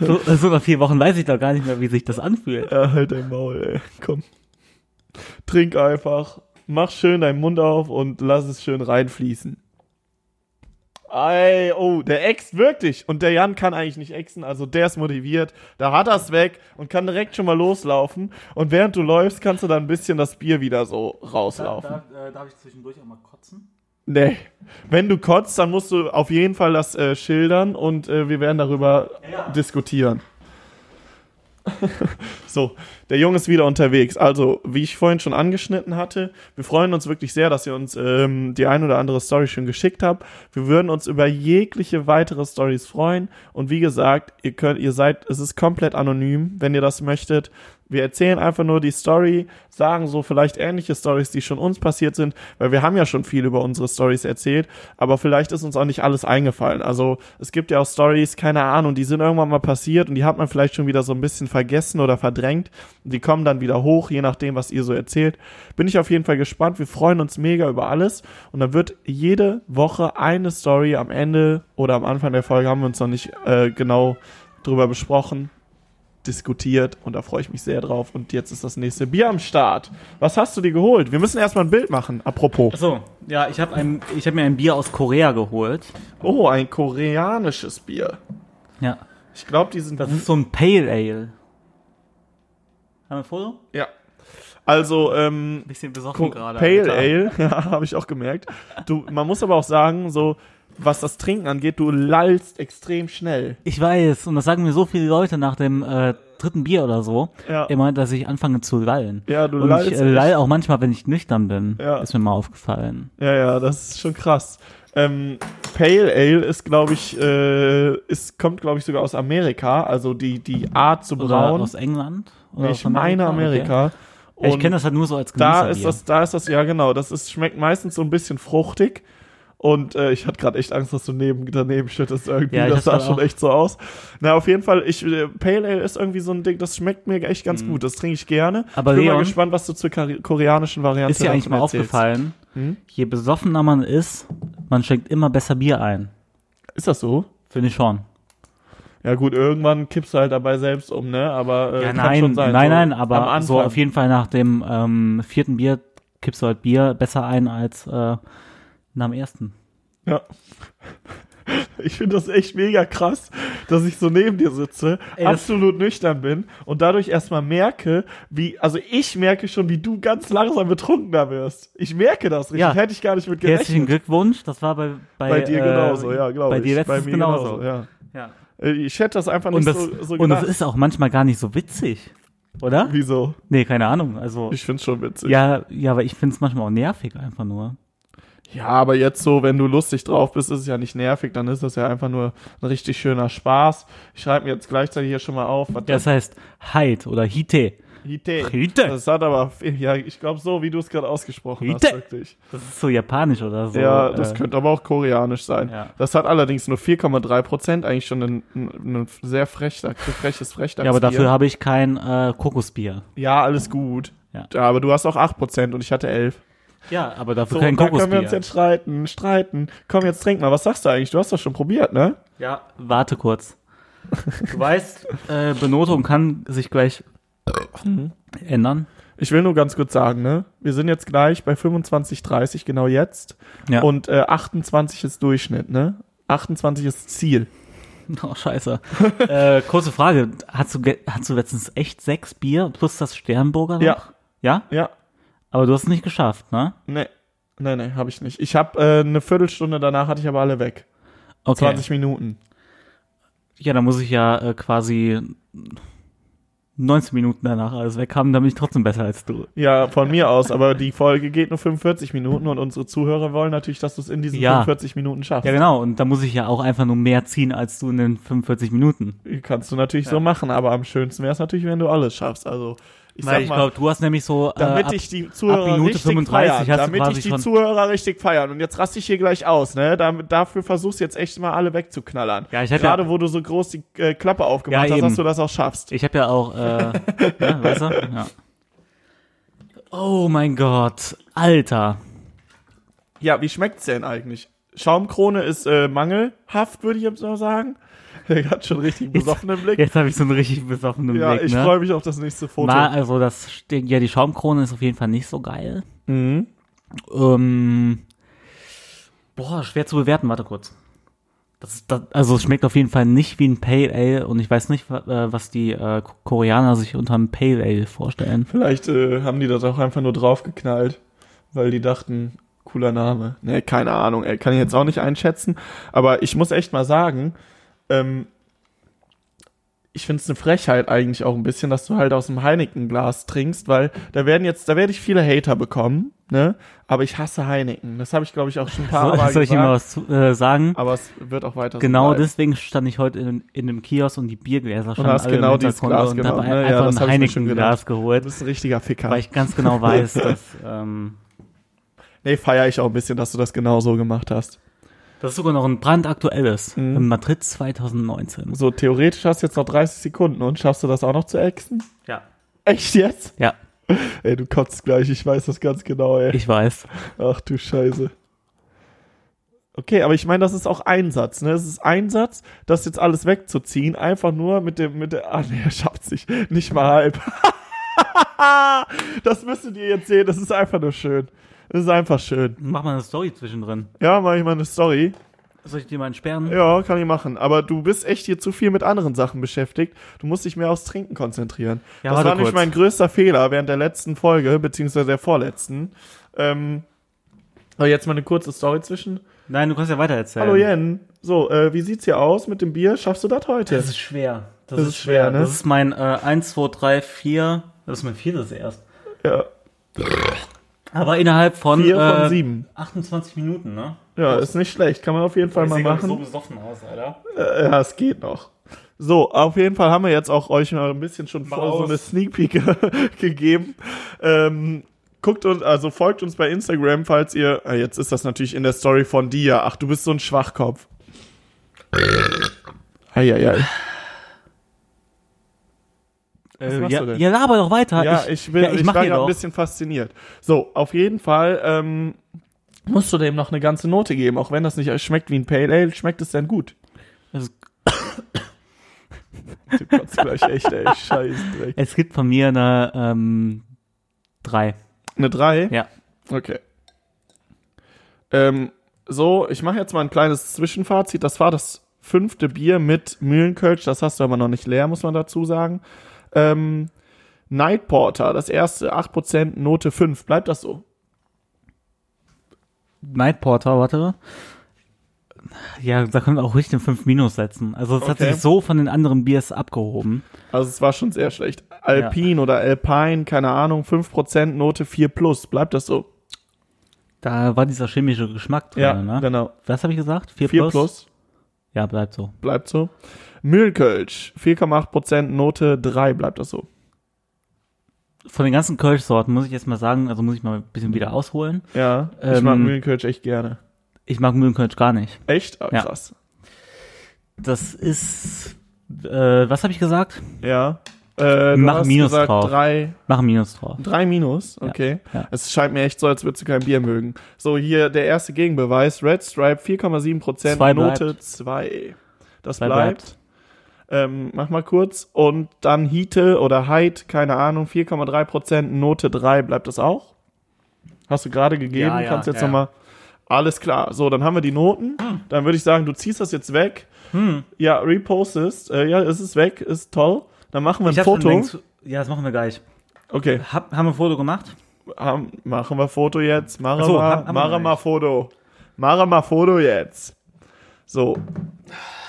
so, so nach vier Wochen weiß ich doch gar nicht mehr, wie sich das anfühlt.
Ja, halt dein Maul, ey. Komm. Trink einfach. Mach schön deinen Mund auf und lass es schön reinfließen. Ey, oh, der äxt wirklich. Und der Jan kann eigentlich nicht äxten, also der ist motiviert. Da hat er's weg und kann direkt schon mal loslaufen. Und während du läufst, kannst du dann ein bisschen das Bier wieder so rauslaufen.
äh, darf ich zwischendurch auch mal kotzen?
Nee. Wenn du kotzt, dann musst du auf jeden Fall das äh, schildern und äh, wir werden darüber diskutieren. so, der Junge ist wieder unterwegs. Also, wie ich vorhin schon angeschnitten hatte, wir freuen uns wirklich sehr, dass ihr uns ähm, die ein oder andere Story schon geschickt habt. Wir würden uns über jegliche weitere Stories freuen. Und wie gesagt, ihr könnt, ihr seid, es ist komplett anonym, wenn ihr das möchtet. Wir erzählen einfach nur die Story, sagen so vielleicht ähnliche Stories, die schon uns passiert sind, weil wir haben ja schon viel über unsere Stories erzählt, aber vielleicht ist uns auch nicht alles eingefallen. Also es gibt ja auch Stories, keine Ahnung, die sind irgendwann mal passiert und die hat man vielleicht schon wieder so ein bisschen vergessen oder verdrängt. Die kommen dann wieder hoch, je nachdem, was ihr so erzählt. Bin ich auf jeden Fall gespannt. Wir freuen uns mega über alles und dann wird jede Woche eine Story am Ende oder am Anfang der Folge haben wir uns noch nicht äh, genau drüber besprochen diskutiert und da freue ich mich sehr drauf. Und jetzt ist das nächste Bier am Start. Was hast du dir geholt? Wir müssen erstmal ein Bild machen. Apropos.
So, ja, ich habe hab mir ein Bier aus Korea geholt.
Oh, ein koreanisches Bier.
Ja, Mhm.
Ich glaube, die sind.
das ist so ein Pale Ale. Haben wir ein Foto?
ja. Also, ähm.
Bisschen besoffen
Ko-
gerade.
Pale
Alter.
Ale, ja, habe ich auch gemerkt. Du, man muss aber auch sagen, so, was das Trinken angeht, du lallst extrem schnell.
Ich weiß, und das sagen mir so viele Leute nach dem äh, dritten Bier oder so,
Ja.
immer, dass ich anfange zu lallen.
Ja, du
und
lallst
ich äh, lall
echt.
auch manchmal, wenn ich nüchtern bin.
Ja.
Ist mir mal aufgefallen.
Ja, ja, das ist schon krass. Ähm, Pale Ale ist, glaube ich, äh, ist, kommt, glaube ich, sogar aus Amerika. Also die, die Art zu
Oder
brauen.
aus England? Oder
ich
aus
meine Amerika.
Okay. Ja, ich kenne das halt nur so als
Da
Genießerbier.
ist das, da ist das, ja genau. Das ist, schmeckt meistens so ein bisschen fruchtig. Und äh, ich hatte gerade echt Angst, dass du neben, daneben schüttest irgendwie.
Ja, ich
das sah
hab's grad
schon
auch.
echt so aus. Na, auf jeden Fall, ich, äh, Pale Ale ist irgendwie so ein Ding, das schmeckt mir echt ganz gut. Das trinke ich gerne.
Mhm. Aber
ich bin mal
Leon-
gespannt, was du zur kari- koreanischen Variante
Ist dir eigentlich
davon
mal
erzählst. Hm?
aufgefallen, je besoffener man ist, man schenkt immer besser Bier ein.
Ist das so?
Finde ich schon.
Ja gut, irgendwann kippst du halt dabei selbst um, ne? Aber äh,
Ja,
kann
nein,
schon sein.
nein,
so
nein,
am
aber
Anfang.
so auf jeden Fall nach dem ähm, vierten Bier kippst du halt Bier besser ein als äh, nach dem ersten.
Ja. Ich finde das echt mega krass, dass ich so neben dir sitze,
Ey, das-
absolut nüchtern bin und dadurch erstmal merke, wie, also ich merke schon, wie du ganz langsam betrunkener wirst. Ich merke das richtig.
Ja.
Hätte ich gar nicht mit
Herzlichen
gerechnet.
Glückwunsch, das war bei, bei,
Bei dir
äh,
genauso, ja, glaube
Bei
ich.
dir letztens genauso.
ja.
Ja.
Äh, Ich hätte das einfach nicht
Und, das,
so, so
und das
gedacht.
ist auch manchmal gar nicht so witzig, oder?
Wieso?
Nee, keine Ahnung. Also,
Ich find's schon witzig.
ja, ja, aber ich find's manchmal auch nervig einfach nur.
Ja, aber jetzt so, wenn du lustig drauf bist, ist es ja nicht nervig, dann ist das ja einfach nur ein richtig schöner Spaß. Ich schreibe mir jetzt gleichzeitig hier schon mal auf, was
Das heißt Hide oder Hite.
Hite.
Hite.
Das hat aber, ja, ich glaube so, wie du es gerade ausgesprochen hast,
Hite.
wirklich.
Das ist so japanisch oder so.
ja, das
äh,
könnte aber auch koreanisch sein.
Ja.
Das hat allerdings nur 4,3 Prozent, eigentlich schon ein, ein, ein sehr frechter, freches Frechdachsbier.
Ja, aber dafür habe ich kein äh, Kokosbier.
Ja, alles gut.
Ja.
aber du hast auch 8 Prozent und ich hatte 11.
Ja, aber dafür
So,
kein
da können wir uns
Kokosbier.
jetzt streiten, streiten. Komm, jetzt trink mal. Was sagst du eigentlich? Du hast das schon probiert, ne?
Ja, warte kurz. Du weißt, äh, Benotung kann sich gleich Mhm. ändern.
Ich will nur ganz kurz sagen, ne? Wir sind jetzt gleich bei 25,30, genau jetzt.
Ja.
Und äh, 28 ist Durchschnitt, ne? 28 ist Ziel.
Oh, scheiße. äh, kurze Frage. Hast du, ge- hast du letztens echt sechs Bier plus das Sternburger noch?
Ja.
Ja?
Ja,
Aber du hast es nicht geschafft, ne?
ne. Nein, nein, habe ich nicht. Ich habe äh, eine Viertelstunde danach hatte ich aber alle weg.
Okay.
20 Minuten.
Ja, dann muss ich ja äh, quasi 19 Minuten danach alles weg haben, dann bin ich trotzdem besser als du.
Ja, von mir aus, aber die Folge geht nur 45 Minuten und unsere Zuhörer wollen natürlich, dass du es in diesen
Ja.
45 Minuten schaffst.
Ja, genau. Und da muss ich ja auch einfach nur mehr ziehen als du in den 45 Minuten.
Kannst du natürlich so machen, aber am schönsten wäre es natürlich, wenn du alles schaffst. Also, ich
Weil
sag
ich
mal,
glaube, du hast nämlich so.
damit
äh, ab-
ich die Zuhörer
Minute
richtig
35
feiern,
hast du
damit
quasi
ich die
schon-
Zuhörer richtig feiern. Und jetzt raste ich hier gleich aus, ne? Damit, dafür versuchst du jetzt echt mal alle wegzuknallern.
Ja, ich hab
Gerade
ja-
wo du so groß die äh, Klappe aufgemacht
Ja,
hast,
eben.
dass du das auch schaffst.
Ich habe ja auch, äh, ja, weißt du? Ja. Oh mein Gott, Alter.
Ja, wie schmeckt's denn eigentlich? Schaumkrone ist äh, mangelhaft, würde ich jetzt mal sagen. Er hat schon richtig besoffenen Blick.
Jetzt habe ich so einen richtig besoffenen
ja,
Blick,
ich
ne?
freue mich auf das nächste Foto.
Mal, also das steht- ja, die Schaumkrone ist auf jeden Fall nicht so geil.
Mhm.
Ähm, boah, schwer zu bewerten, warte kurz. Das ist, das, also es schmeckt auf jeden Fall nicht wie ein Pale Ale und ich weiß nicht, wa- äh, was die äh, Ko- Koreaner sich unter einem Pale Ale vorstellen.
Vielleicht äh, haben die das auch einfach nur draufgeknallt, weil die dachten, cooler Name. Ne, keine Ahnung, ey, kann ich jetzt auch nicht einschätzen. Aber ich muss echt mal sagen, ähm, ich finde es eine Frechheit eigentlich auch ein bisschen, dass du halt aus dem Heineken-Glas trinkst, weil da werden jetzt, da werde ich viele Hater bekommen, ne? Aber ich hasse Heineken. Das habe ich, glaube ich, auch schon ein paar
So,
Mal
soll ich
gesagt.
dir mal was zu, äh, sagen?
aber es wird auch weiter so
Genau
bleiben.
deswegen stand ich heute in, in einem Kiosk und die Biergläser standen
hast
alle
genau
im
dieses
Hintergrund
Glas
und
genommen,
habe
ne? Ja,
einfach
das
ein
hab ich mir schon
Heineken-Glas
Du
geholt,
bist ein richtiger Ficker.
weil ich ganz genau weiß, dass ähm,
nee, feiere ich auch ein bisschen, dass du das genau so gemacht hast.
das ist sogar noch ein brandaktuelles in Madrid 2019.
So, theoretisch hast du jetzt noch 30 Sekunden und schaffst du das auch noch zu ächzen?
Ja.
Echt jetzt?
Ja,
Ey, du kotzt gleich, ich weiß das ganz genau, ey.
ich weiß.
Ach du Scheiße. Okay, aber ich meine, das ist auch Einsatz, ne? Es ist Einsatz, das jetzt alles wegzuziehen, einfach nur mit dem, mit der, ah, ne, er schafft sich nicht mal halb. das müsstet ihr jetzt sehen, das ist einfach nur schön. Das ist einfach schön.
Mach mal eine Story zwischendrin.
Ja, mach ich mal eine Story.
Soll ich dir mal entsperren?
Ja, kann ich machen. Aber du bist echt hier zu viel mit anderen Sachen beschäftigt. Du musst dich mehr aufs Trinken konzentrieren.
Ja,
das
warte
war nämlich
kurz.
mein größter Fehler während der letzten Folge, beziehungsweise der vorletzten. Ähm, aber jetzt mal eine kurze Story zwischen. Ähm,
Nein, du kannst ja weiter erzählen.
Hallo Jen. So, äh, wie sieht's hier aus mit dem Bier? Schaffst du das heute?
Das ist schwer. Das,
ist schwer, ne?
Das ist mein äh, 1, 2, 3, 4. Das ist mein viertes erst.
Ja,
Aber innerhalb von,
Vier von
äh,
sieben.
28 Minuten, ne?
ja ist nicht schlecht. Kann man auf jeden Fall äh, mal
seh grad
machen.
so besoffen aus, Alter.
Äh, Ja, es geht noch. So, auf jeden Fall haben wir jetzt auch euch noch ein bisschen schon
Mal
vor so
aus.
eine Sneak Peek gegeben. Ähm, guckt uns, also folgt uns bei Instagram, falls ihr. Ah, jetzt ist das natürlich in der Story von dir. Ach, du bist so ein Schwachkopf. Eieiei.
Äh,
machst
ja,
du denn?
ja, laber doch weiter.
Ja, ich bin,
ja,
ich,
ich mach
war
dir
ja ein
doch.
bisschen fasziniert. So, auf jeden Fall ähm, musst du dem noch eine ganze Note geben, auch wenn das nicht schmeckt wie ein Pale Ale, schmeckt es denn gut.
Also,
Du kotzt gleich echt, ey, Scheißdreck.
es gibt von mir eine ähm, 3.
Eine 3?
Ja.
Okay. Ähm, so, ich mache jetzt mal ein kleines Zwischenfazit. Das war das fünfte Bier mit Mühlenkölsch. Das hast du aber noch nicht leer, muss man dazu sagen. Ähm, Night Porter, das erste 8%, Note 5. Bleibt das so?
Night Porter, warte. Ja, da können wir auch richtig einen 5 Minus setzen. Also es hat
Okay.
sich so von den anderen Biers abgehoben.
Also es war schon sehr schlecht. Alpine oder Alpine, keine Ahnung, 5%, Note 4 plus. Bleibt das so?
Da war dieser chemische Geschmack drin,
Ja,
ne?
genau.
Was habe ich gesagt? 4,
4
plus?
plus.
Ja, bleibt so.
bleibt so. Mühlenkölsch, 4,8%, Note 3, bleibt das so.
Von den ganzen Kölschsorten muss ich jetzt mal sagen, also muss ich mal ein bisschen wieder ausholen.
Ja, ich
Ähm,
mag Mühlenkölsch echt gerne.
Ich mag Mühlenkölsch gar nicht.
Echt? Ah,
ja.
krass.
Das ist, äh, was habe ich gesagt?
Ja. Äh, du
Mach
hast
Minus
gesagt,
drauf.
Drei,
Mach ein Minus drauf.
drei Minus, okay.
ja.
Es scheint mir echt so, als würdest du kein Bier mögen. So, hier der erste Gegenbeweis. Red Stripe, 4,7%,
Zwei
Note
bleibt.
2. Das
Zwei
bleibt. Ähm, mach mal kurz. Und dann Hite oder Heid, keine Ahnung, 4,3%, Note 3. Bleibt das auch? Hast du gerade gegeben,
Ja, ja,
kannst jetzt
ja, Ah.
nochmal. Alles klar. So, dann haben wir die Noten. Dann würde ich sagen, du ziehst das jetzt weg.
Hm.
Ja, repostest. Äh, ja, es ist weg, ist toll. Dann machen wir ein
Ich hab's
Foto.
in Links- Ja, das machen wir gleich.
Okay,
Hab, haben wir ein Foto gemacht?
haben, machen wir Foto jetzt. Machen
Ach so,
wir
haben- haben wir
machen
noch
wir
nicht.
Foto. Machen wir Foto jetzt. So.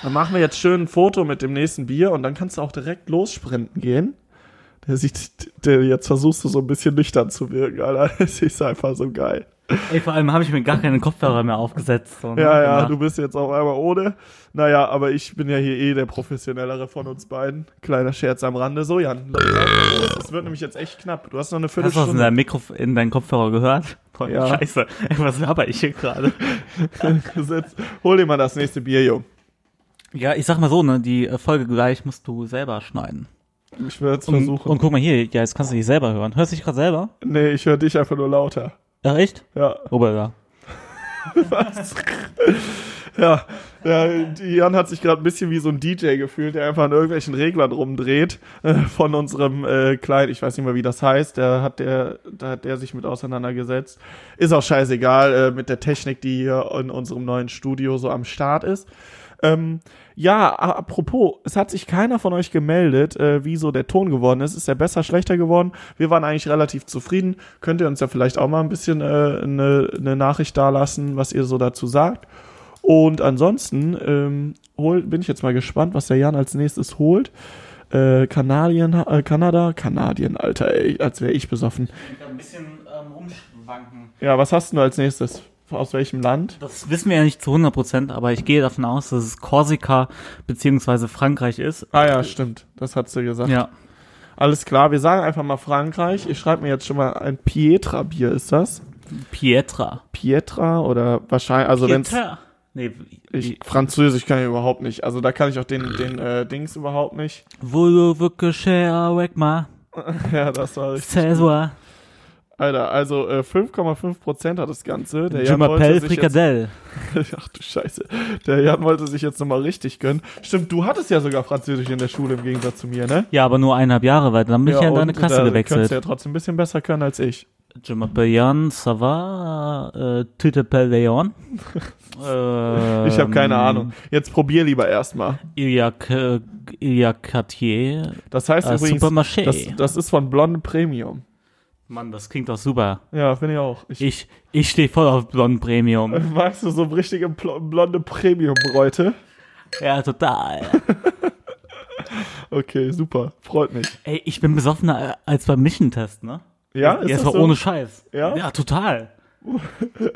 Dann machen wir jetzt schön ein Foto mit dem nächsten Bier und dann kannst du auch direkt lossprinten gehen. Der sieht, der, jetzt versuchst du so ein bisschen nüchtern zu wirken, Alter. Das ist einfach so geil.
Ey, vor allem habe ich mir gar keine Kopfhörer mehr aufgesetzt. So, ne?
Ja, ja,
Danach.
du bist jetzt auf einmal ohne. Naja, aber ich bin ja hier eh der professionellere von uns beiden. Kleiner Scherz am Rande. So, Jan, das wird nämlich jetzt echt knapp. Du hast noch eine
Hast du das in
Viertelstunde.
deinem Mikro in deinen Kopfhörer gehört? Boah,
Ja.
Scheiße, Ey, was laber ich hier gerade?
Gesetzt. Hol dir mal das nächste Bier, Jung.
Ja, ich sag mal so, ne, die äh, Folge gleich musst du selber schneiden.
Ich werde es
Und,
versuchen.
und guck mal hier, ja, jetzt kannst du dich selber hören. Hörst du dich gerade selber?
nee, ich höre dich einfach nur lauter.
Ja, echt? Oh,
Ja,
Oberga.
ja, ja. die Jan hat sich gerade ein bisschen wie so ein DJ gefühlt, der einfach an irgendwelchen Reglern rumdreht äh, von unserem äh, kleinen, ich weiß nicht mal wie das heißt, da hat der, da hat der sich mit auseinandergesetzt. Ist auch scheißegal äh, mit der Technik, die hier in unserem neuen Studio so am Start ist. Ähm, ja, a- apropos, es hat sich keiner von euch gemeldet, äh, wie so der Ton geworden ist. Ist er besser, schlechter geworden? Wir waren eigentlich relativ zufrieden. Könnt ihr uns ja vielleicht auch mal ein bisschen äh, eine eine Nachricht dalassen, was ihr so dazu sagt. Und ansonsten ähm, hol, bin ich jetzt mal gespannt, was der Jan als nächstes holt. Äh, Kanadien, äh, Kanada, Kanadien, Alter, ey, als wäre ich besoffen.
Ein bisschen ähm, rumschwanken.
Ja, was hast du als nächstes? Aus welchem Land?
Das wissen wir ja nicht zu 100 Prozent, aber ich gehe davon aus, dass es Korsika beziehungsweise Frankreich ist.
Ah ja, stimmt, das hast du gesagt.
Ja.
Alles klar, wir sagen einfach mal Frankreich. Ich schreibe mir jetzt schon mal ein Pietra-Bier, ist das?
Pietra.
Pietra oder wahrscheinlich, also wenn
Pietra. Nee,
ich
ich,
Französisch kann ich überhaupt nicht. Also da kann ich auch den, den äh, Dings überhaupt nicht.
Voulou vous coucher avec moi,
Ja, das war richtig.
c'est moi.
Alter, also äh, 5,5% hat das Ganze. Der
Je
Jan wollte
m'appelle
sich jetzt,
Frikadelle.
Ach du Scheiße. Der Jan wollte sich jetzt nochmal richtig gönnen. Stimmt, du hattest ja sogar Französisch in der Schule im Gegensatz zu mir, ne?
Ja, aber nur eineinhalb Jahre weiter. Dann bin ich ja in
und
deine Klasse
da
gewechselt.
Könntest du ja trotzdem ein bisschen besser können als ich.
Je m'appelle Jan, ça va, äh, tu t'appelles Leon. ähm,
Ich habe keine Ahnung. Jetzt probier lieber erstmal.
Il y a, que- il y a Cartier.
Das heißt
Ah,
übrigens,
Supermarché.
das, das ist von Blonde Premium.
Mann, das klingt doch super.
Ja, finde ich auch. Ich,
Ich, ich stehe voll auf Blond Premium.
magst du so richtige Pl- Blonde Premium Bräute?
ja, total.
Okay, super. Freut mich.
Ey, ich bin besoffener äh, als beim Mission-Test, ne?
Ja, Ah, ist
Jetzt
das
mal
so?
ohne Scheiß.
Ja?
ja total.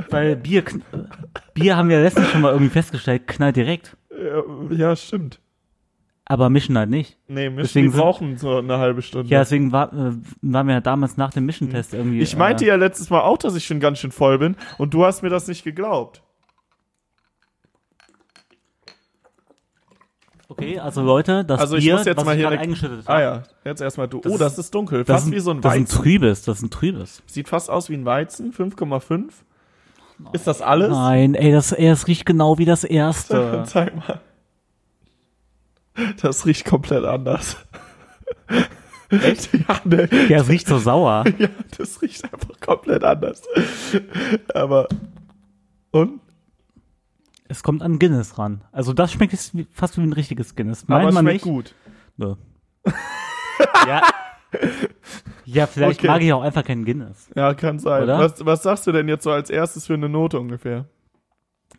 Weil Bier, kn- Bier haben wir letztens schon mal irgendwie festgestellt, knallt direkt.
Ja, ja, stimmt.
Aber Mission halt nicht.
Nee, Mischen,
Deswegen
die
sind-
brauchen so eine halbe Stunde.
Ja, deswegen war, äh, waren wir ja damals nach dem Mission-Test irgendwie.
Hm. Ich meinte
äh,
ja letztes Mal auch, dass ich schon ganz schön voll bin und du hast mir das nicht geglaubt.
Okay, also Leute, das
Also ich
Bier,
muss jetzt
was
mal
ich
hier
gerade
ne-
eingeschüttet
Ah
habe.
ja, jetzt erstmal du.
Das
oh,
ist-
das ist dunkel.
Das
fast
ist-
wie so ein
Das ist ein
Weizen.
trübes, das ist ein trübes.
Sieht fast aus wie ein Weizen. 5,5. Ist das alles?
Nein, ey, das, ey, das riecht genau wie das erste.
Zeig mal. Das riecht komplett anders. Echt? Ja, ne,
ja, es riecht so sauer.
ja, das riecht einfach komplett anders. Aber. Und?
Es kommt an Guinness ran. Also das schmeckt jetzt wie- fast wie ein richtiges Guinness. Meint
Aber es
man
schmeckt
nicht?
gut.
Nö. ja. ja, vielleicht
Okay.
mag ich auch einfach keinen Guinness.
Ja, kann sein.
Oder?
Was, was sagst du denn jetzt so als erstes für eine Note ungefähr?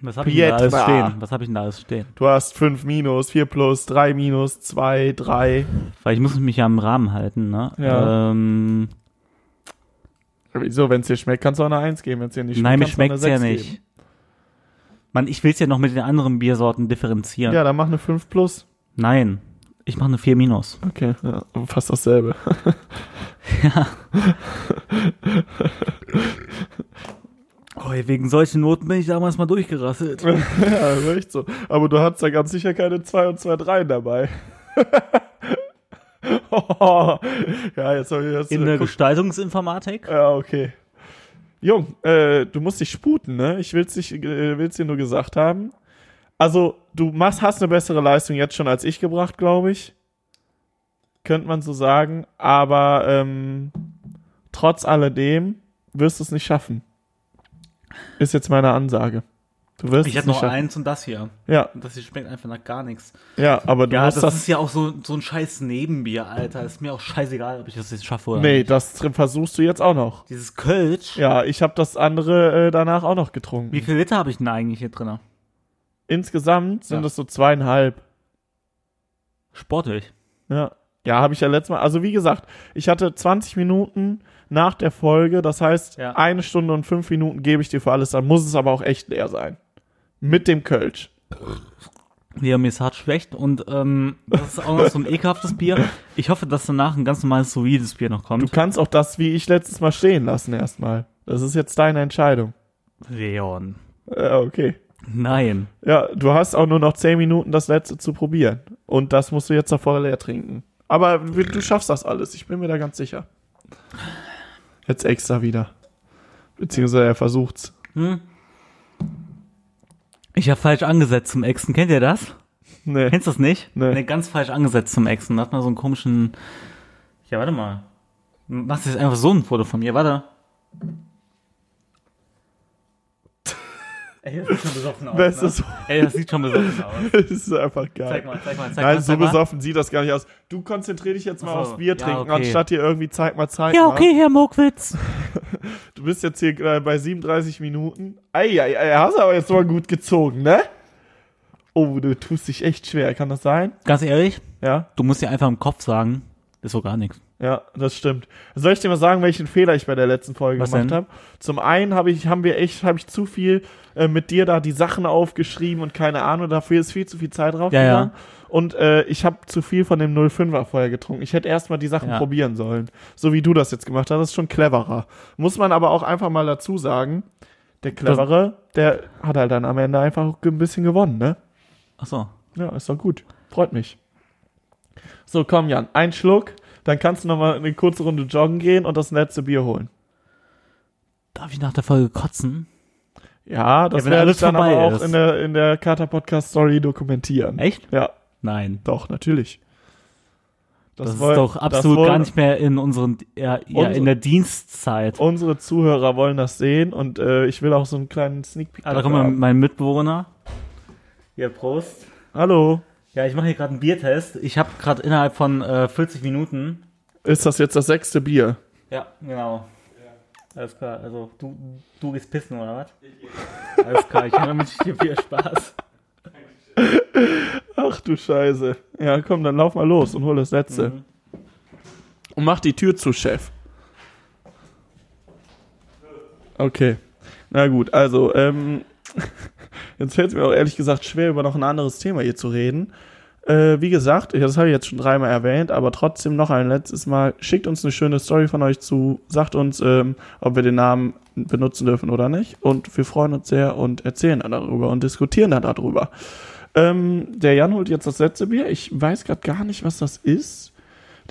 Was habe ich denn da alles
Pietra.
stehen? Was habe ich denn da alles stehen?
Du hast 5 minus, 4 plus, 3 minus, 2, 3.
Weil ich muss mich ja im Rahmen halten, ne?
Ja.
Ähm,
Wieso, wenn es dir schmeckt, kannst du auch eine 1 geben. Wenn's dir nicht
nein, mir
schmeckt, kannst
schmeckt's
du
ja
eine 6
nicht.
Geben.
Mann, ich will's ja noch mit den anderen Biersorten differenzieren.
Ja, dann mach eine 5 plus.
Nein, ich mache eine 4 minus.
Okay, ja, fast dasselbe.
Oh, wegen solchen Noten bin ich damals mal durchgerasselt.
ja, echt so. Aber du hattest da ganz sicher keine 2 und 2 3 dabei. ja, jetzt habe ich das
In der Gestaltungsinformatik?
Ja, okay. Jung, äh, du musst dich sputen, ne? Ich will's, dich, äh, will's dir nur gesagt haben. Also, du machst, hast eine bessere Leistung jetzt schon als ich gebracht, glaube ich. Könnte man so sagen. Aber ähm, trotz alledem wirst du es nicht schaffen. Ist jetzt meine Ansage. Du wirst
Ich
es
hatte
nicht
noch
schaffen.
eins und das hier.
Ja,
Und das hier schmeckt einfach nach gar nichts.
ja, aber du
Ja,
musst
das,
das.
ist ja auch so, so ein scheiß Nebenbier, Alter. Ist mir auch scheißegal, ob ich das jetzt schaffe oder
nee,
nicht.
das tr- versuchst du jetzt auch noch.
Dieses Kölsch.
Ja, ich habe das andere äh, danach auch noch getrunken.
Wie viel Liter habe ich denn eigentlich hier drin?
Insgesamt sind
Ja.
es so zweieinhalb.
Sportlich.
Ja, ja habe ich ja letztes Mal. Also wie gesagt, ich hatte 20 Minuten nach der Folge. Das heißt,
Ja.
eine Stunde und fünf Minuten gebe ich dir für alles. Dann muss es aber auch echt leer sein. Mit dem Kölsch.
Ja, mir ist hart schlecht und ähm, das ist auch noch so ein ekelhaftes Bier. Ich hoffe, dass danach ein ganz normales, solides Bier noch
Du
kommt.
kannst auch das, wie ich letztes Mal, stehen lassen erstmal. Das ist jetzt deine Entscheidung.
Leon.
Äh, okay.
Nein.
Ja, du hast auch nur noch 10 Minuten, das letzte zu probieren. Und das musst du jetzt davor leer trinken. Aber du du schaffst das alles. Ich bin mir da ganz sicher. Jetzt extra wieder. Beziehungsweise er versucht's.
Hm? Ich habe falsch angesetzt zum Exen. Kennt ihr das?
Nee.
Kennst du das nicht?
Nee.
Nee, ganz falsch angesetzt zum Exen. Da hat man so einen komischen. Ja, warte mal. Machst du jetzt einfach so ein Foto von mir? Warte. Ey, das sieht schon besoffen aus. ne?
Das ist-
Ey, das sieht schon besoffen aus.
Das ist einfach geil.
Zeig mal, zeig mal, zeig
Nein,
mal.
so
zeig mal.
besoffen sieht das gar nicht aus. Du konzentrier dich jetzt mal
Ach so,
aufs Bier
ja,
trinken,
okay.
anstatt hier irgendwie zeig mal, zeig
Ja,
mal.
okay, Herr Mokwitz.
Du bist jetzt hier äh, bei 37 Minuten. Eieiei, hast aber jetzt mal gut gezogen, ne? Oh, du tust dich echt schwer, kann das sein?
Ganz ehrlich,
Ja,
du musst dir einfach im Kopf sagen, ist so gar nichts.
ja, das stimmt. Soll ich dir mal sagen, welchen Fehler ich bei der letzten Folge
Was
gemacht
denn?
habe? Zum einen habe ich, haben wir echt, habe ich zu viel äh, mit dir da die Sachen aufgeschrieben und keine Ahnung, dafür ist viel zu viel Zeit drauf
Ja, ja.
gegangen. Und äh, ich habe zu viel von dem 05er vorher getrunken. Ich hätte erstmal die Sachen
Ja.
probieren sollen. So wie du das jetzt gemacht hast, das ist schon cleverer. Muss man aber auch einfach mal dazu sagen, der Clevere, der hat halt dann am Ende einfach auch ein bisschen gewonnen, ne?
Ach so.
Ja, ist doch gut. Freut mich. So, komm, Jan, ein Schluck, dann kannst du nochmal eine kurze Runde joggen gehen und das letzte Bier holen.
Darf ich nach der Folge kotzen?
Ja, das
Ja, wenn
werde
alles
ich dann
vorbei
aber auch
ist.
in der, in der Kater-Podcast-Story dokumentieren.
Echt?
Ja,
Nein.
doch, natürlich.
Das,
wollen-
ist doch
das
absolut
wollen-
gar nicht mehr in unseren, ja, ja,
Unsere-
in der Dienstzeit.
Unsere Zuhörer wollen das sehen und äh, ich will auch so einen kleinen Sneak Peek.
Ah, da
dafür
kommt mein,
haben.
mein Mitbewohner. Ja, Prost.
Hallo,
Ja, ich mache hier gerade einen Biertest. Ich habe gerade innerhalb von äh, 40 Minuten.
ist das jetzt das sechste Bier?
Ja, genau. Alles klar, also du, du gehst pissen oder was? Alles klar, ich habe mit dir viel Spaß.
Ach du Scheiße. Ja, komm, dann lauf mal los und hol das letzte.
Mhm.
Und mach die Tür zu, Chef. Okay. Na gut, also, ähm, jetzt fällt es mir auch ehrlich gesagt schwer, über noch ein anderes Thema hier zu reden. Äh, wie gesagt, das habe ich jetzt schon dreimal erwähnt, aber trotzdem noch ein letztes Mal. Schickt uns eine schöne Story von euch zu, sagt uns, ähm, ob wir den Namen benutzen dürfen oder nicht. Und wir freuen uns sehr und erzählen dann darüber und diskutieren dann darüber. Ähm, der Jan holt jetzt das letzte Bier. Ich weiß gerade gar nicht, was das ist.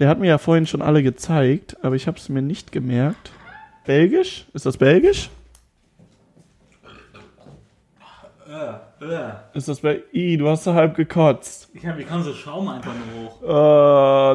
Der hat mir ja vorhin schon alle gezeigt, aber ich habe es mir nicht gemerkt. Belgisch? Ist das belgisch? Ist das bei. I, du hast so halb gekotzt.
Ich hab, wie kam so Schaum einfach nur hoch?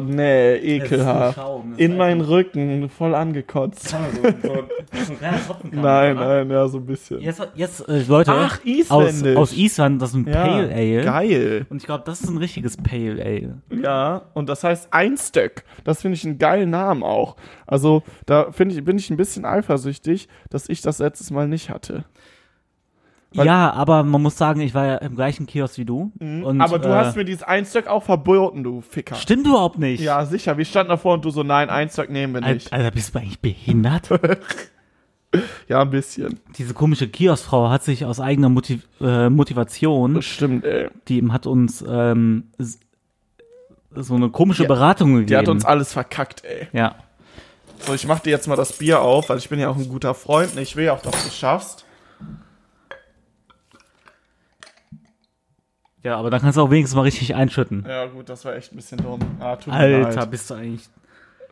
Äh, nee,
Das ist nur
ekelhaft.
Schaum. das
In
ist
meinen Rücken, voll angekotzt.
einfach- So, so, das ist ein kleiner Tropfen kam
Nein,
da.
nein, ja, so ein bisschen.
Jetzt, jetzt äh, Leute,
Ach,
aus,
isländisch.
aus Island, das ist ein
ja,
Pale Ale.
Geil.
Und ich glaube, das ist ein richtiges Pale Ale.
Ja, und das heißt Einstöck. Das finde ich einen geilen Namen auch. Also, da finde ich, bin ich ein bisschen eifersüchtig, dass ich das letztes Mal nicht hatte. Weil- Mhm.
ja, aber man muss sagen, ich war ja im gleichen Kiosk wie du. Und,
Aber du
äh,
hast mir dieses Einstöck auch verboten, du Ficker.
Stimmt überhaupt nicht.
Ja, sicher. Wir standen davor und du so, nein, Einstöck nehmen wir nicht.
Alter, bist du eigentlich behindert?
Ja, ein bisschen.
Diese komische Kioskfrau hat sich aus eigener Motiv äh, Motivation,
Stimmt, ey.
die hat uns ähm, s- so eine komische Beratung gegeben.
Die hat uns alles verkackt, ey.
ja.
So, ich mach dir jetzt mal das Bier auf, weil ich bin ja auch ein guter Freund. und Ich will ja auch, dass du es schaffst.
ja, aber dann kannst du auch wenigstens mal richtig einschütten.
Ja, gut, das war echt ein bisschen dumm. Ah, tut mir
Alter,
leid.
bist du eigentlich.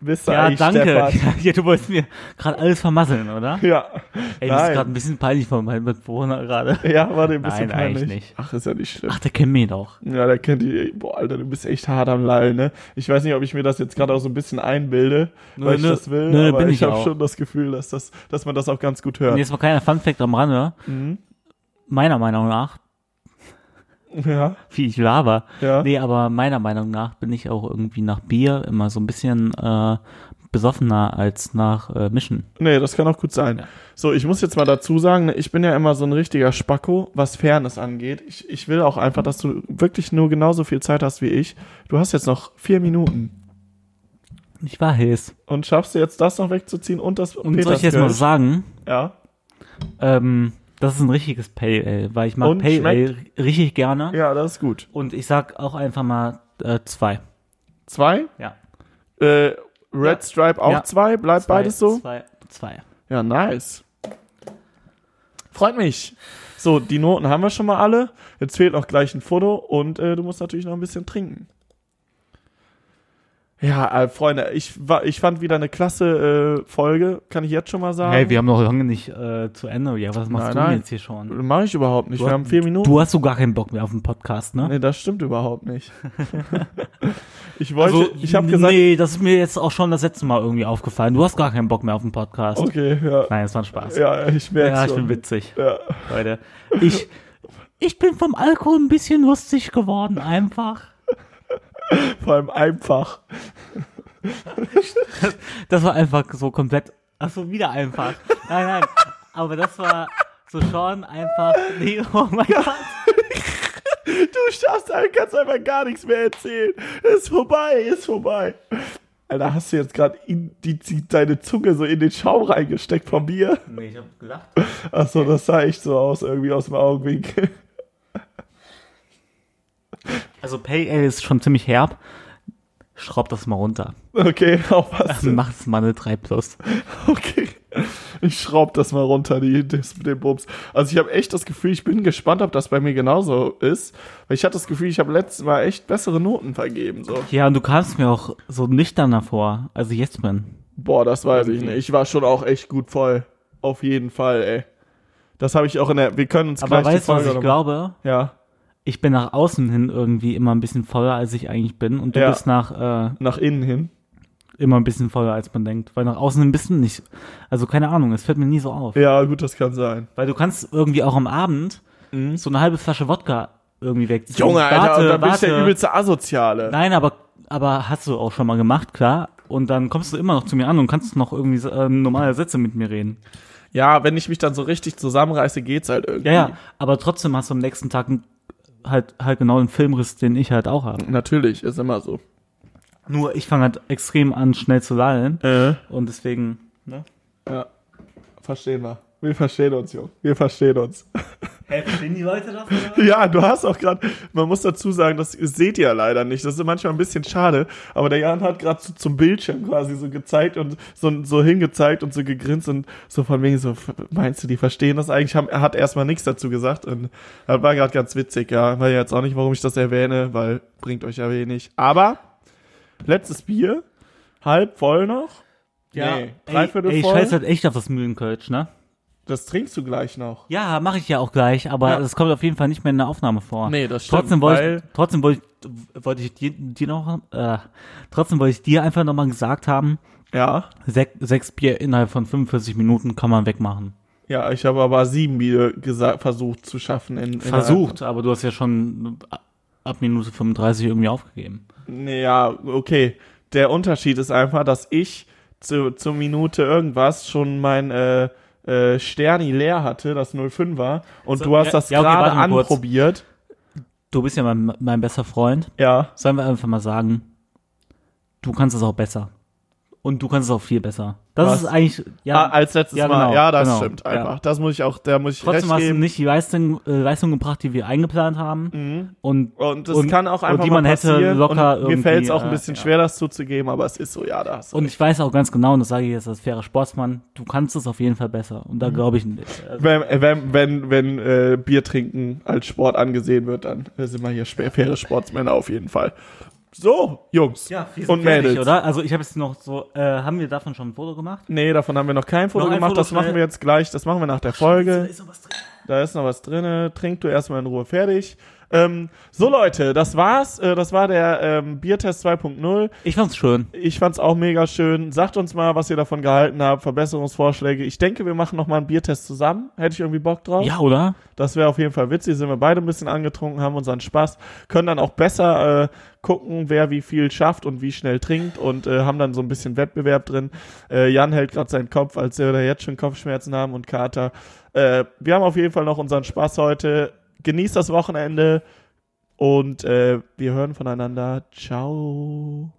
Bist du
Ja,
eigentlich
danke.
Steppert?
Ja, du wolltest mir gerade alles vermasseln, oder?
Ja.
Ey, das ist gerade
nein.
ein bisschen peinlich von meinem Mitbewohner gerade.
Ja, war dir ein bisschen
Nein, eigentlich
peinlich.
nicht.
Ach, ist ja nicht schlimm.
Ach, der kennt mich doch.
Ja, da kennt ihr, boah, Alter, du bist echt hart am Lallen, ne? Ich weiß nicht, ob ich mir das jetzt gerade auch so ein bisschen einbilde,
Nö,
weil ich
nö,
das will,
nö,
aber
bin
ich
ich
habe
auch.
schon das Gefühl, dass, das, dass man das auch ganz gut hört.
Und jetzt mal kleiner Funfact am Rande.
Mhm.
Meiner Meinung nach,
Ja,
wie ich laber.
Ja.
Nee, aber meiner Meinung nach bin ich auch irgendwie nach Bier immer so ein bisschen äh, besoffener als nach äh, Mischen.
nee, das kann auch gut sein. So, ich muss jetzt mal dazu sagen, ne, ich bin ja immer so ein richtiger Spacko, was Fairness angeht. Ich, ich will auch einfach, dass du wirklich nur genauso viel Zeit hast wie ich. Du hast jetzt noch vier Minuten
Ich war Hills.
und schaffst du jetzt das noch wegzuziehen und das
Und soll ich jetzt mal
Peterskirch?
sagen,
Ja,
ähm, das ist ein richtiges Pale Ale, weil ich mag
Und
Pale Ale
schmeckt?
richtig gerne.
ja, das ist gut.
Und ich sag auch einfach mal äh, zwei.
Zwei,
Ja.
äh, Red
Ja.
Stripe auch
Ja.
zwei, bleibt
zwei,
beides so?
Zwei. zwei.
Ja, nice. Freut mich. So, die Noten haben wir schon mal alle. Jetzt fehlt noch gleich ein Foto und äh, du musst natürlich noch ein bisschen trinken. Ja, äh, Freunde, ich, war, ich fand wieder eine klasse äh, Folge, kann ich jetzt schon mal sagen.
Hey, wir haben noch lange nicht äh, zu Ende. Ja, was machst
Nein,
du
nein.
denn jetzt hier schon?
Mache ich überhaupt nicht.
Du-
Wir haben vier Minuten.
Du hast so gar keinen Bock mehr auf den Podcast, ne?
nee, das stimmt überhaupt nicht. ich wollte, ich habe gesagt,
Also, Nee, das ist mir jetzt auch schon das letzte Mal irgendwie aufgefallen. Du hast gar keinen Bock mehr auf den Podcast.
okay, ja.
Nein, das war ein Spaß.
Ja, ich merke
Ja,
ja,
ich bin
schon.
witzig,
ja.
Leute. Ich, ich bin vom Alkohol ein bisschen lustig geworden, einfach.
Vor allem einfach.
Das war einfach so komplett. Achso, wieder einfach. Nein, nein. Aber das war so schon einfach. Nee, oh mein Gott.
Du schaffst einfach, kannst einfach gar nichts mehr erzählen. Ist vorbei, ist vorbei. Alter, hast du jetzt gerade in- die- die- deine Zunge so in den Schaum reingesteckt vom Bier?
Nee, ich hab gelacht.
Achso, das sah echt so aus, irgendwie aus dem Augenwinkel.
Also, Pay Ale ist schon ziemlich herb. Schraub das mal runter.
Okay, aufpassen.
Mach es mal eine 3 plus.
Okay. Ich schraub das mal runter, die, das, den Bums. Also ich habe echt das Gefühl, ich bin gespannt, ob das bei mir genauso ist. Weil ich hatte das Gefühl, ich habe letztes Mal echt bessere Noten vergeben. So.
Ja, und du kamst mir auch so nüchterner vor, als ich jetzt bin.
Boah, das weiß ich nicht. Ich war schon auch echt gut voll. Auf jeden Fall, ey. Das habe ich auch in der. Wir können uns
Aber
gleich
weißt du, was ich
noch-
glaube?
Ja,
Ich bin nach außen hin irgendwie immer ein bisschen voller, als ich eigentlich bin. Und du
Ja.
bist nach äh,
nach innen hin.
immer ein bisschen voller, als man denkt. Weil nach außen hin bist du nicht. Also keine Ahnung, es fällt mir nie so auf.
Ja, gut, das kann sein.
Weil du kannst irgendwie auch am Abend so eine halbe Flasche Wodka irgendwie wegziehen.
Mhm. Junge, Alter,
Warte,
und dann bist du
warte.
der übelste Asoziale.
Nein, aber, aber hast du auch schon mal gemacht, klar. Und dann kommst du immer noch zu mir an und kannst noch irgendwie äh, normale Sätze mit mir reden.
Ja, wenn ich mich dann so richtig zusammenreiße, geht's halt irgendwie.
Ja, ja, aber trotzdem hast du am nächsten Tag halt, halt genau den Filmriss, den ich halt auch habe.
Natürlich, ist immer so.
Nur ich fange halt extrem an, schnell zu lallen.
Äh.
Und deswegen, ne?
Ja. Verstehen wir. Wir verstehen uns, Junge. Wir verstehen uns.
Hä, verstehen die Leute das?
Ja, du hast auch gerade, man muss dazu sagen, das seht ihr ja leider nicht. Das ist manchmal ein bisschen schade, aber der Jan hat gerade so zum Bildschirm quasi so gezeigt und so, so hingezeigt und so gegrinst und so von wegen so, "F- meinst du, die verstehen das eigentlich? Haben, er hat erstmal nichts dazu gesagt und das war gerade ganz witzig, ja. Weiß jetzt auch nicht, warum ich das erwähne, weil bringt euch ja wenig. Aber, letztes Bier, halb voll noch.
Ja,
dreiviertel
ey, ey,
voll.
scheiß halt echt auf das Mühlenkölsch, ne?
Das trinkst du gleich noch.
Ja, mache ich ja auch gleich, aber
Ja.
es kommt auf jeden Fall nicht mehr in der Aufnahme vor.
Nee, das stimmt,
Trotzdem wollte ich,
weil-
trotzdem wollte ich, wollte ich dir, dir noch, äh, trotzdem wollte ich dir einfach nochmal gesagt haben,
Ja.
sech, sechs Bier innerhalb von 45 Minuten kann man wegmachen.
Ja, ich habe aber sieben Bier gesa- versucht zu schaffen. In, in
Versucht, aber du hast ja schon ab Minute 35 irgendwie aufgegeben.
Nee, ja, okay. Der Unterschied ist einfach, dass ich zu, zur Minute irgendwas schon mein äh, äh, Sterni leer hatte, das 05 war. Und
So,
du hast
ja,
das
ja, okay,
gerade
warte mal kurz.
anprobiert.
Du bist ja mein, mein bester Freund.
Ja.
Sollen wir einfach mal sagen, du kannst es auch besser. Und du kannst es auch viel besser. Das
Was?
ist eigentlich,
Ah,
ja,
als letztes
ja,
Mal.
genau,
ja, das
genau,
stimmt
ja.
einfach. Das muss ich auch, da muss ich
Trotzdem
recht
hast du
geben.
nicht die Leistung, äh, Leistung gebracht, die wir eingeplant haben.
Mhm.
Und,
Und das kann auch einfach
und die
mal
man hätte
passieren.
locker
und mir
irgendwie,
fällt es auch ein
äh,
bisschen
ja.
schwer, das zuzugeben, aber es ist so, ja, da hast du
Und ich weiß auch ganz genau, und das sage ich jetzt als fairer Sportsmann, du kannst es auf jeden Fall besser. Und da
Mhm.
glaube ich nicht. Also,
Wenn, äh, wenn, wenn, wenn äh, Bier trinken als Sport angesehen wird, dann äh, sind wir hier schwer, faire Sportsmänner auf jeden Fall. So, Jungs und Mädels.
oder? Also ich habe jetzt noch so, äh, haben wir davon schon ein Foto gemacht?
Nee, davon haben wir noch kein Foto
Noch ein
gemacht.
Foto
das machen
schnell.
wir jetzt gleich. Das machen wir nach der Folge.
Ist noch was drin?
Da ist noch was drin. Trink du erstmal in Ruhe fertig. Ähm, so, Leute, das war's. Äh, das war der ähm, Biertest 2.0.
Ich fand's schön.
Ich fand's auch mega schön. Sagt uns mal, was ihr davon gehalten habt. Verbesserungsvorschläge. Ich denke, wir machen nochmal einen Biertest zusammen. Hätte ich irgendwie Bock drauf.
Ja, oder?
Das wäre auf jeden Fall witzig. Sind wir beide ein bisschen angetrunken, haben unseren Spaß, können dann auch besser äh, gucken, wer wie viel schafft und wie schnell trinkt und äh, haben dann so ein bisschen Wettbewerb drin. Äh, Jan hält gerade seinen Kopf, als wir da jetzt schon Kopfschmerzen haben und Kater. Äh, wir haben auf jeden Fall noch unseren Spaß heute. Genießt das Wochenende und äh, wir hören voneinander. Ciao.